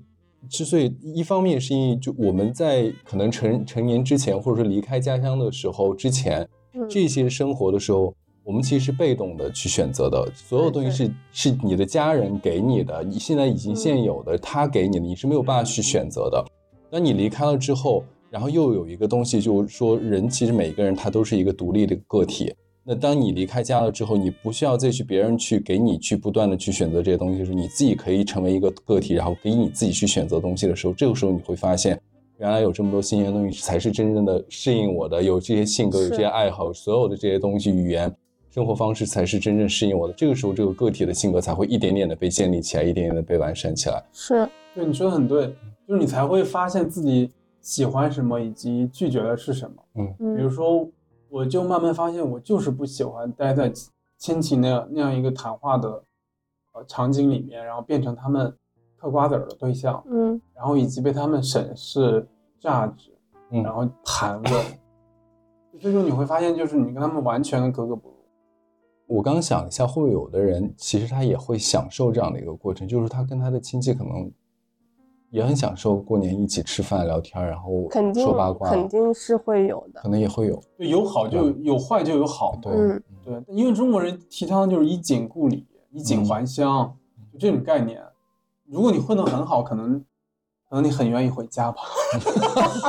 S2: 之所以一方面是因为就我们在可能成成年之前，或者说离开家乡的时候之前，
S3: 嗯，
S2: 这些生活的时候，我们其实是被动的去选择的，所有
S3: 对嗯
S2: 东西是是你的家人给你的，你现在已经现有的，他给你的，你是没有办法去选择的。当你离开了之后，然后又有一个东西，就是说人其实每个人他都是一个独立的个体。那当你离开家了之后，你不需要再去别人去给你去不断的去选择这些东西，就是你自己可以成为一个个体，然后给你自己去选择东西的时候，这个时候你会发现，原来有这么多新鲜的东西才是真正的适应我的，有这些性格，有
S3: 是
S2: 这些爱好，所有的这些东西，语言、生活方式才是真正适应我的。这个时候，这个个体的性格才会一点点的被建立起来，一点点的被完善起来。
S3: 是
S1: 对，你说的很对，就是你才会发现自己喜欢什么以及拒绝的是什么。比如
S3: 嗯，
S1: 说，我就慢慢发现，我就是不喜欢待在亲亲戚那样那样一个谈话的呃场景里面，然后变成他们嗑瓜子儿的对象，
S3: 嗯，
S1: 然后以及被他们审视、榨汁，
S2: 嗯
S1: 然后盘问。 最终你会发现，就是你跟他们完全的格格不入。
S2: 我刚想一下，会不会有的人其实他也会享受这样的一个过程，就是他跟他的亲戚可能也很享受过年一起吃饭聊天，然后
S3: 肯定
S2: 说八卦，哦
S3: 肯定是会有的
S2: 可。能也会有。
S1: 对，有好就有有坏就有好，
S2: 对，
S3: 嗯
S1: 对，因为中国人提倡的就是以景固里，以景还乡，就这种概念。如果你混得很好，可能可能你很愿意回家吧。
S3: 嗯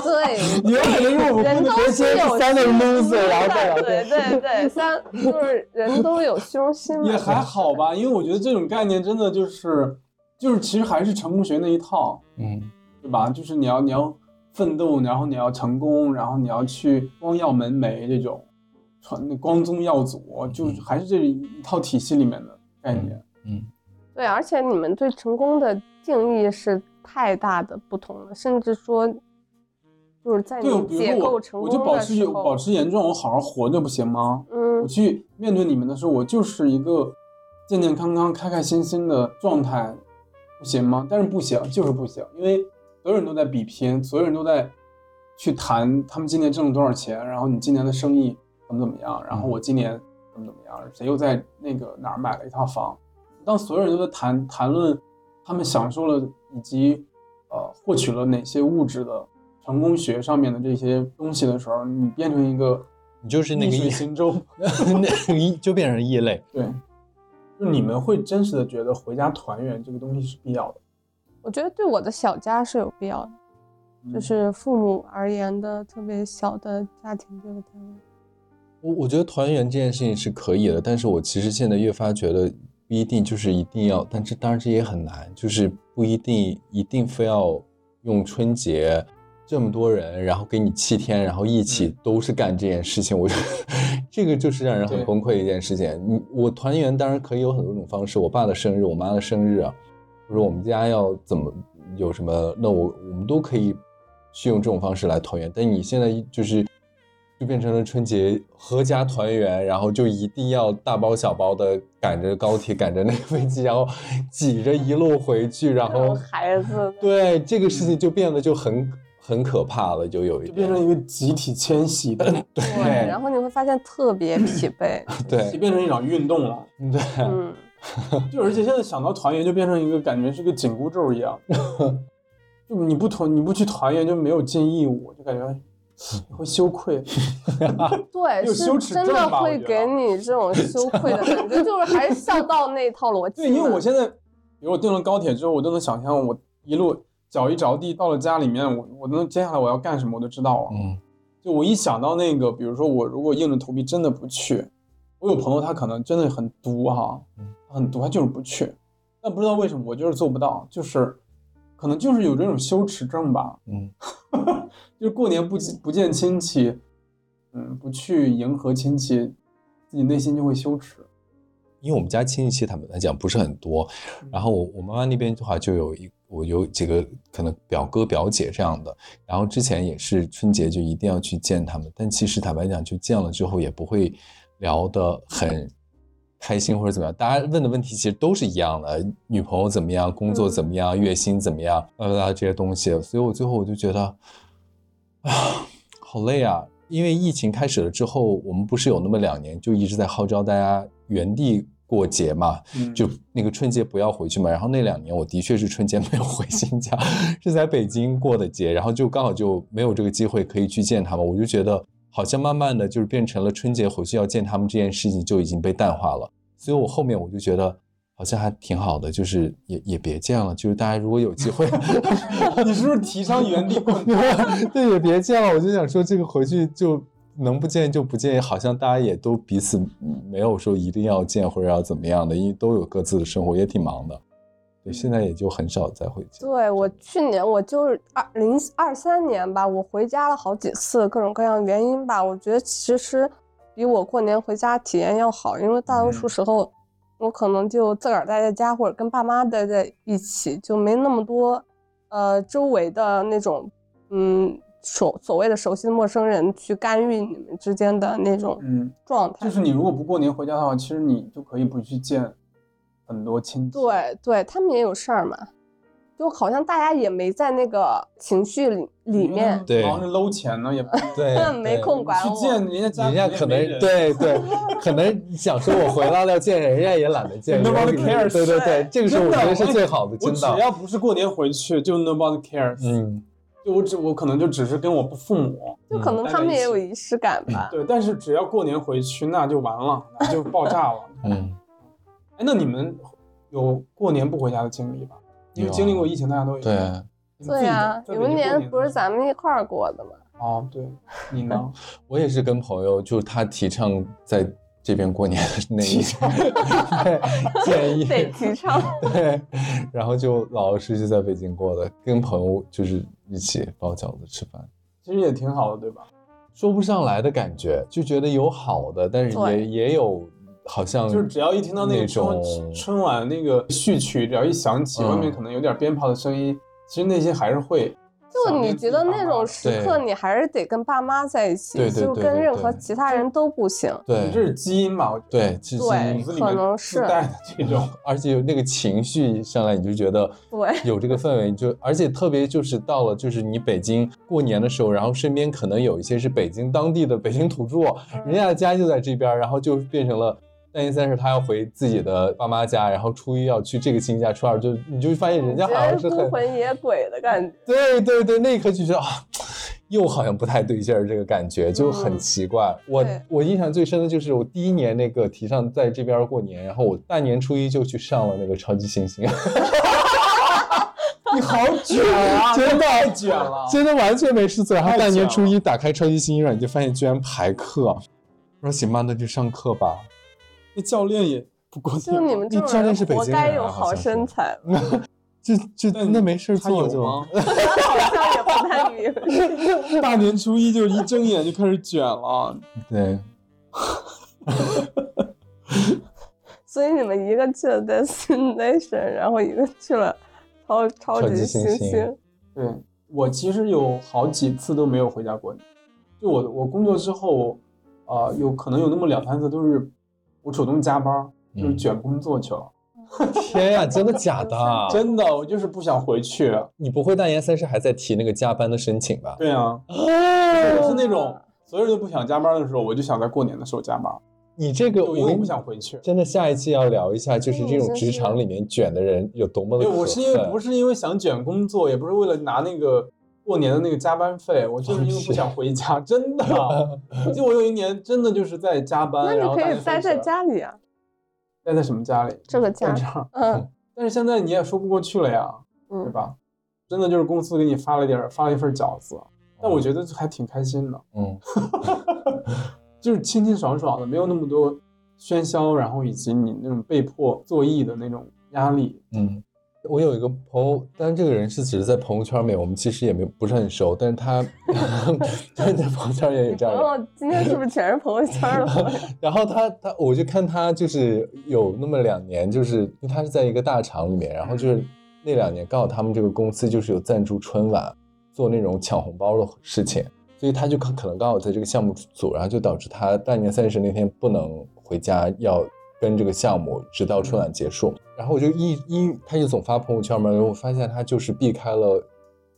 S3: 对，
S1: 有可能是我
S3: 人都是有
S1: 三个
S3: 虚
S1: loser，然后再聊
S3: 的对 对对，三就是人都有虚荣心嘛。
S1: 也还好吧，因为我觉得这种概念真的就是，就是其实还是成功学那一套，
S2: 嗯，
S1: 对吧？就是你要你要奋斗，然后你要成功，然后你要去光耀门楣这种传光宗耀祖，就是还是这一套体系里面的概念。
S2: 嗯，
S3: 对，而且你们对成功的定义是太大的不同了，甚至说，就是在
S1: 对，
S3: 你
S1: 比
S3: 解
S1: 如说
S3: 构
S1: 我
S3: 成，
S1: 我就
S3: 功
S1: 保
S3: 的
S1: 持
S3: 时
S1: 有
S3: 候，
S1: 保持严重，我好好活着不行吗？我
S3: 嗯，
S1: 去面对你们的时候，我就是一个健健康康、开开心心的状态，不行吗？但是不行，就是不行，因为所有人都在比拼，所有人都在去谈他们今年挣了多少钱，然后你今年的生意怎么怎么样，然后我今年怎么怎么样，谁又在那个哪儿买了一套房。当所有人都在谈谈论他们享受了以及呃获取了哪些物质的成功学上面的这些东西的时候，你变成一个
S2: 你就是那个
S1: 逆水
S2: 异，
S1: 行舟。
S2: 那异就变成异类。
S1: 对，就你们会真实的觉得回家团圆这个东西是必要的，
S3: 我觉得对我的小家是有必要的，
S1: 嗯
S3: 就是父母而言的特别小的家庭这个单位。
S2: 我我觉得团圆这件事情是可以的，但是我其实现在越发觉得不一定就是一定要，但是当然这也很难，就是不一定一定非要用春节这么多人，然后给你七天，然后一起都是干这件事情，我觉得这个就是让人很
S1: 对
S2: 崩溃的一件事情。你我团圆当然可以有很多种方式，我爸的生日，我妈的生日啊，或者我们家要怎么有什么，那我我们都可以去用这种方式来团圆。但你现在就是就变成了春节合家团圆，然后就一定要大包小包的赶着高铁，赶着那个飞机，然后挤着一路回去，然
S4: 这种
S2: 后
S4: 孩子，
S2: 对这个事情就变得就很很可怕了，就有一
S1: 就变
S2: 点
S1: 成一个集体迁徙的，
S3: 对，然后你会发现特别疲 惫，
S1: 就
S2: 对
S1: 变成一场运动了。
S2: 对，
S3: 嗯，
S1: 就而且现在想到团圆，就变成一个感觉是个紧箍咒一样，就你不团你不去团圆就没有尽义务，就感觉会羞愧。
S3: 对，
S1: 有羞耻
S3: 是真
S1: 症
S3: 的
S1: 吧我
S3: 会
S1: 觉
S3: 给
S1: 得
S3: 你这种羞愧的感觉，就是还是孝道那一套逻辑
S1: 对，
S3: 的。
S1: 因为我现在，比如我订了高铁之后，我都能想象我一路脚一着地到了家里面，我我能接下来我要干什么我都知道了。啊
S2: 嗯
S1: 就我一想到那个，比如说我如果硬着头皮真的不去，我有朋友他可能真的很毒哈、
S2: 嗯
S1: 他很毒，他就是不去，但不知道为什么我就是做不到，就是可能就是有这种羞耻症吧，
S2: 嗯，
S1: 就是过年不见不见亲戚，嗯，不去迎合亲戚，自己内心就会羞耻。
S2: 因为我们家亲戚坦白来讲不是很多，然后我我妈妈那边的话就有一我有几个可能表哥表姐这样的，然后之前也是春节就一定要去见他们，但其实坦白讲，就见了之后也不会聊得很开心或者怎么样，大家问的问题其实都是一样的，女朋友怎么样，工作怎么样，月薪怎么样，巴拉巴拉这些东西，所以我最后我就觉得啊，好累啊。因为疫情开始了之后，我们不是有那么两年就一直在号召大家原地过节嘛，
S1: 嗯，
S2: 就那个春节不要回去嘛。然后那两年我的确是春节没有回新疆，是在北京过的节，然后就刚好就没有这个机会可以去见他们。我就觉得好像慢慢的就是变成了春节回去要见他们这件事情就已经被淡化了。所以我后面我就觉得。好像还挺好的，就是也也别见了，就是大家如果有机会，
S1: 你是不是提倡原地滚？
S2: 对，也别见了。我就想说，这个回去就能不见就不见，好像大家也都彼此没有说一定要见或者要怎么样的，因为都有各自的生活，也挺忙的。对，现在也就很少再回见。
S3: 对我去年我就是二零二三年吧，我回家了好几次，各种各样原因吧。我觉得其实比我过年回家体验要好，因为大多数
S2: 嗯
S3: 时候我可能就自个儿待在家，或者跟爸妈待在一起，就没那么多呃周围的那种嗯所所谓的熟悉的陌生人去干预你们之间的那种
S1: 嗯，
S3: 状态。
S1: 就是你如果不过年回家的话，其实你就可以不去见很多亲戚。，
S3: 对对，他们也有事儿嘛，就好像大家也没在那个情绪里里面。
S2: 对
S1: 忙着搂钱呢，也不
S2: 对
S3: 没
S2: 对
S3: 空管
S1: 去
S3: 我
S1: 见人家家，
S2: 人家可能对对，可能想说我回来了要见人，人家也懒得见。人家
S1: Nobody
S2: 可能
S1: cares
S2: 对对对，这个时候我觉得是
S1: 真的
S2: 最好的，
S1: 我
S2: 真
S1: 只
S2: 的。
S1: 要不是过年回去，就 nobody cares。，
S2: 嗯，
S1: 就我只我可能就只是跟我父母
S3: 就可
S2: 嗯
S3: 能
S1: 待
S3: 他
S1: 在
S3: 们
S1: 一
S3: 也有
S1: 起
S3: 仪式感吧。
S1: 对，但是只要过年回去，那就完了，那就爆炸了。
S2: 嗯，
S1: 哎，那你们有过年不回家的经历吧？因为
S2: 有啊
S1: 经历过疫情，大家都有。
S2: 对，
S1: 你们自
S3: 对
S1: 己
S3: 呀、
S1: 在
S3: 你
S1: 北京过
S3: 们啊年
S1: 年
S3: 不是咱们一块儿 过的吗？
S1: 啊哦，对，你呢？
S2: 我也是跟朋友，就是他提倡在这边过年的那一 对建议
S3: 得提 倡。
S2: 对， 然后就老老实实在北京过的，跟朋友就是一起包饺子吃饭，
S1: 其实也挺好的，对吧？
S2: 说不上来的感觉，就觉得有好的，但是也
S4: 对
S2: 也有好像
S1: 就是只要一听到那个春
S2: 嗯种
S1: 春晚那个序曲，只要一响起，
S2: 嗯
S1: 外面可能有点鞭炮的声音，其实内心还是会
S4: 就
S1: 想
S4: 你
S1: 念自
S4: 觉
S1: 己
S4: 得
S1: 爸妈
S4: 那种
S1: 的
S4: 时刻，
S2: 对
S4: 你还是得跟爸妈在一起，
S2: 对对
S4: 就
S2: 对
S4: 跟
S2: 对
S4: 任何
S2: 对
S4: 其他人都不行。
S2: 对
S1: 这是基因吧？我觉得
S2: 对，其实
S4: 对
S1: 骨子里
S4: 可
S1: 面
S4: 能
S1: 自
S4: 是
S1: 带的这 种。
S2: 而且有那个情绪上来，你就觉 得
S4: 对
S2: 有这个氛围，你就而且特别就是到了就是你北京过年的时候，然后身边可能有一些是北京当地的北京土著，
S3: 嗯
S2: 人家的家就在这边儿，然后就变成了。大年三十他要回自己的爸妈家，然后初一要去这个亲戚家，初二就你就发现人家好像是
S3: 觉得孤
S2: 很
S3: 魂野鬼的感觉。
S2: 对对对，那一刻就觉得啊，又好像不太对劲儿，这个感觉就很奇怪。我
S4: 对
S2: 我印象最深的就是我第一年那个提倡在这边过年，然后我大年初一就去上了那个超级 星星，
S1: 你好卷啊！
S2: 真的
S1: 太卷了。
S2: 真的完全没事做。然后
S1: 太
S2: 大年
S1: 巧
S2: 初
S1: 了
S2: 一打开超级星星软件，发现居然排课。我说行吧，那就上课吧。
S1: 那教练也不过
S3: 就你们这
S2: 你教
S3: 种
S2: 练
S3: 人
S2: 是北
S3: 活
S2: 京
S3: 该
S2: 人啊
S3: 有
S2: 好
S3: 好
S2: 像是
S3: 身材 吧，
S2: 就就
S1: 那你
S2: 那没事儿
S1: 他有
S2: 做就
S1: 吗？
S3: 好像也不太允 许。
S1: 大年初一就一睁眼就开始卷了，
S2: 对，
S3: 所以你们一个去了 Destination，然 后一个去了超超
S2: 超
S3: 级
S2: 级
S3: 星
S2: 星星
S3: 星。
S1: 对我其实有好几次都没有回家过年，就我我工作之后，啊、有可能有那么两三次都是我主动加班儿，就是
S2: 嗯
S1: 卷工作去了。
S2: 天呀，真的 假的？
S1: 真的，我就是不想回去。
S2: 你不会大年三十还在提那个加班的申请吧？
S1: 对啊，
S2: 哦
S1: 我是那种所有人都不想加班的时候，我就想在过年的时候加班，
S2: 你这个
S1: 就
S2: 我
S1: 永远
S2: 跟
S1: 不
S2: 你
S1: 想回去。
S2: 真的，下一期要聊一下，就是这
S3: 嗯
S2: 种
S3: 真
S2: 职场
S3: 是
S2: 里面卷的人有多么的
S1: 对，
S2: 可恨。
S1: 我是因为不是因为想卷工作，也不是为了拿那个过年的那个加班费，我就是因为不想回家，真的。我记得我有一年真的就是在加班，
S2: 呃
S3: 那
S1: 然后
S3: 你可
S1: 大
S3: 以
S1: 年
S3: 待
S1: 三
S3: 在
S1: 十，
S3: 家里啊，
S1: 待在什么家里？
S3: 这个
S1: 在
S3: 家，
S1: 这儿。
S3: 嗯
S1: 但是现在你也说不过去了呀，对
S3: 嗯，
S1: 吧？真的就是公司给你发了点儿发了一份饺子，但我觉得还挺开心的。
S2: 嗯，
S1: 就是清清爽爽的，没有那么多喧嚣，然后以及你那种被迫作揖的那种压力。
S2: 嗯，我有一个朋友，但这个人是只是在朋友圈里面，我们其实也没不是很熟，但是他 但是在朋友圈也有
S3: 你
S2: 这
S3: 朋
S2: 样人。
S3: 友今天是不是全是朋友圈 的朋友？
S2: 然后他他，我就看他就是有那么两年，就是因为他是在一个大厂里面，然后就是那两年刚好他们这个公司就是有赞助春晚，做那种抢红包的事情，所以他就可可能刚好在这个项目组，然后就导致他大年三十那天不能回家，要跟这个项目直到春晚结
S1: 嗯
S2: 束。然后我就一一，他就总发朋友圈嘛，然后我发现他就是避开了，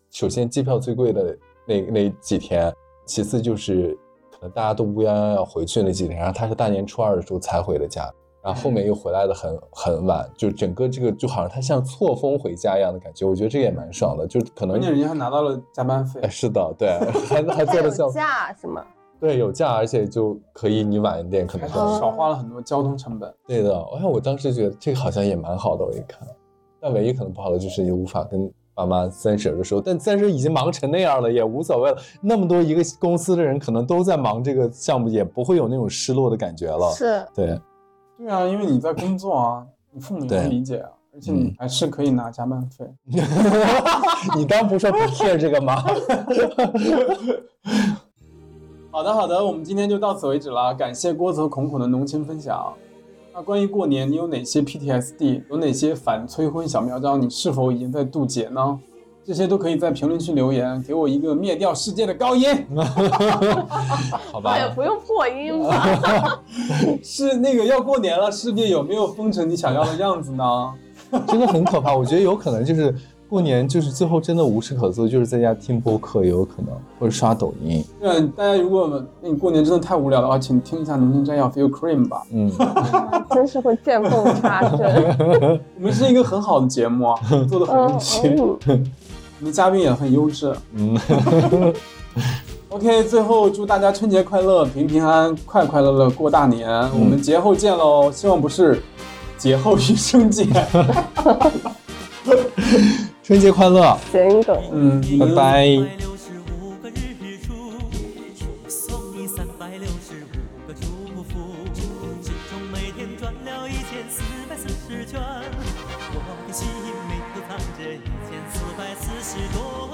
S2: 首先机票最贵的那那几天，其次就是可能大家都乌泱泱要回去那几天，然后他是大年初二的时候才回的家，然后后面又回来的很很晚，就整个这个就好像他像错峰回家一样的感觉，我觉得这个也蛮爽的，就可能
S1: 关键人家还拿到了加班费
S2: 哎，，是的，对， 还还做了
S3: 有
S2: 效，
S3: 假是吗？
S2: 对，有假，而且就可以你晚一点可
S1: 还
S2: 能
S1: 是
S2: 到
S3: 哦
S1: 少花了很多交通成本。
S2: 对的。哎，我当时觉得这个好像也蛮好的，我一看，但唯一可能不好的就是你无法跟爸妈三十的时候，但三十已经忙成那样了，也无所谓了。那么多一个公司的人可能都在忙这个项目，也不会有那种失落的感觉了。
S3: 是，
S2: 对，
S1: 对啊，因为你在工作啊，你父母也
S2: 对
S1: 能理解啊，而且你
S2: 嗯
S1: 还是可以拿加班费。
S2: 你当不 说不 care 这个吗？
S1: 好的，好的，我们今天就到此为止了。感谢郭子和孔孔的浓情分享。那关于过年，你有哪些 PTSD？有哪些反催婚小妙招？你是否已经在渡劫呢？这些都可以在评论区留言，给我一个灭掉世界的高音。
S2: 好吧
S3: 那，哎也不用破音吧？
S1: 是那个要过年了，世界有没有封成你想要的样子呢？
S2: 真的很可怕。我觉得有可能就是过年，就是最后真的无事可做，就是在家听播客也有可能，或者刷抖音。
S1: 对，大家如果那你过年真的太无聊的话，请听一下《浓情摘要 Feel Cream》吧。
S2: 嗯，
S3: 真是会见缝插 针。
S1: 我们是一个很好的节目啊，做的很
S3: 嗯
S1: 用心，我
S3: 嗯，
S1: 们嘉宾也很优质。
S2: 嗯
S1: OK，最后祝大家春节快乐，平平安安，快快乐乐过大年。我们节后见喽，希望不是节后余生见。
S2: 春节快乐，
S3: 谐梗。
S1: 嗯，
S2: 拜拜。
S5: 三百六十五个日出，送你三百六十五个祝福。四十圈，我的心里头藏着一千四百四十多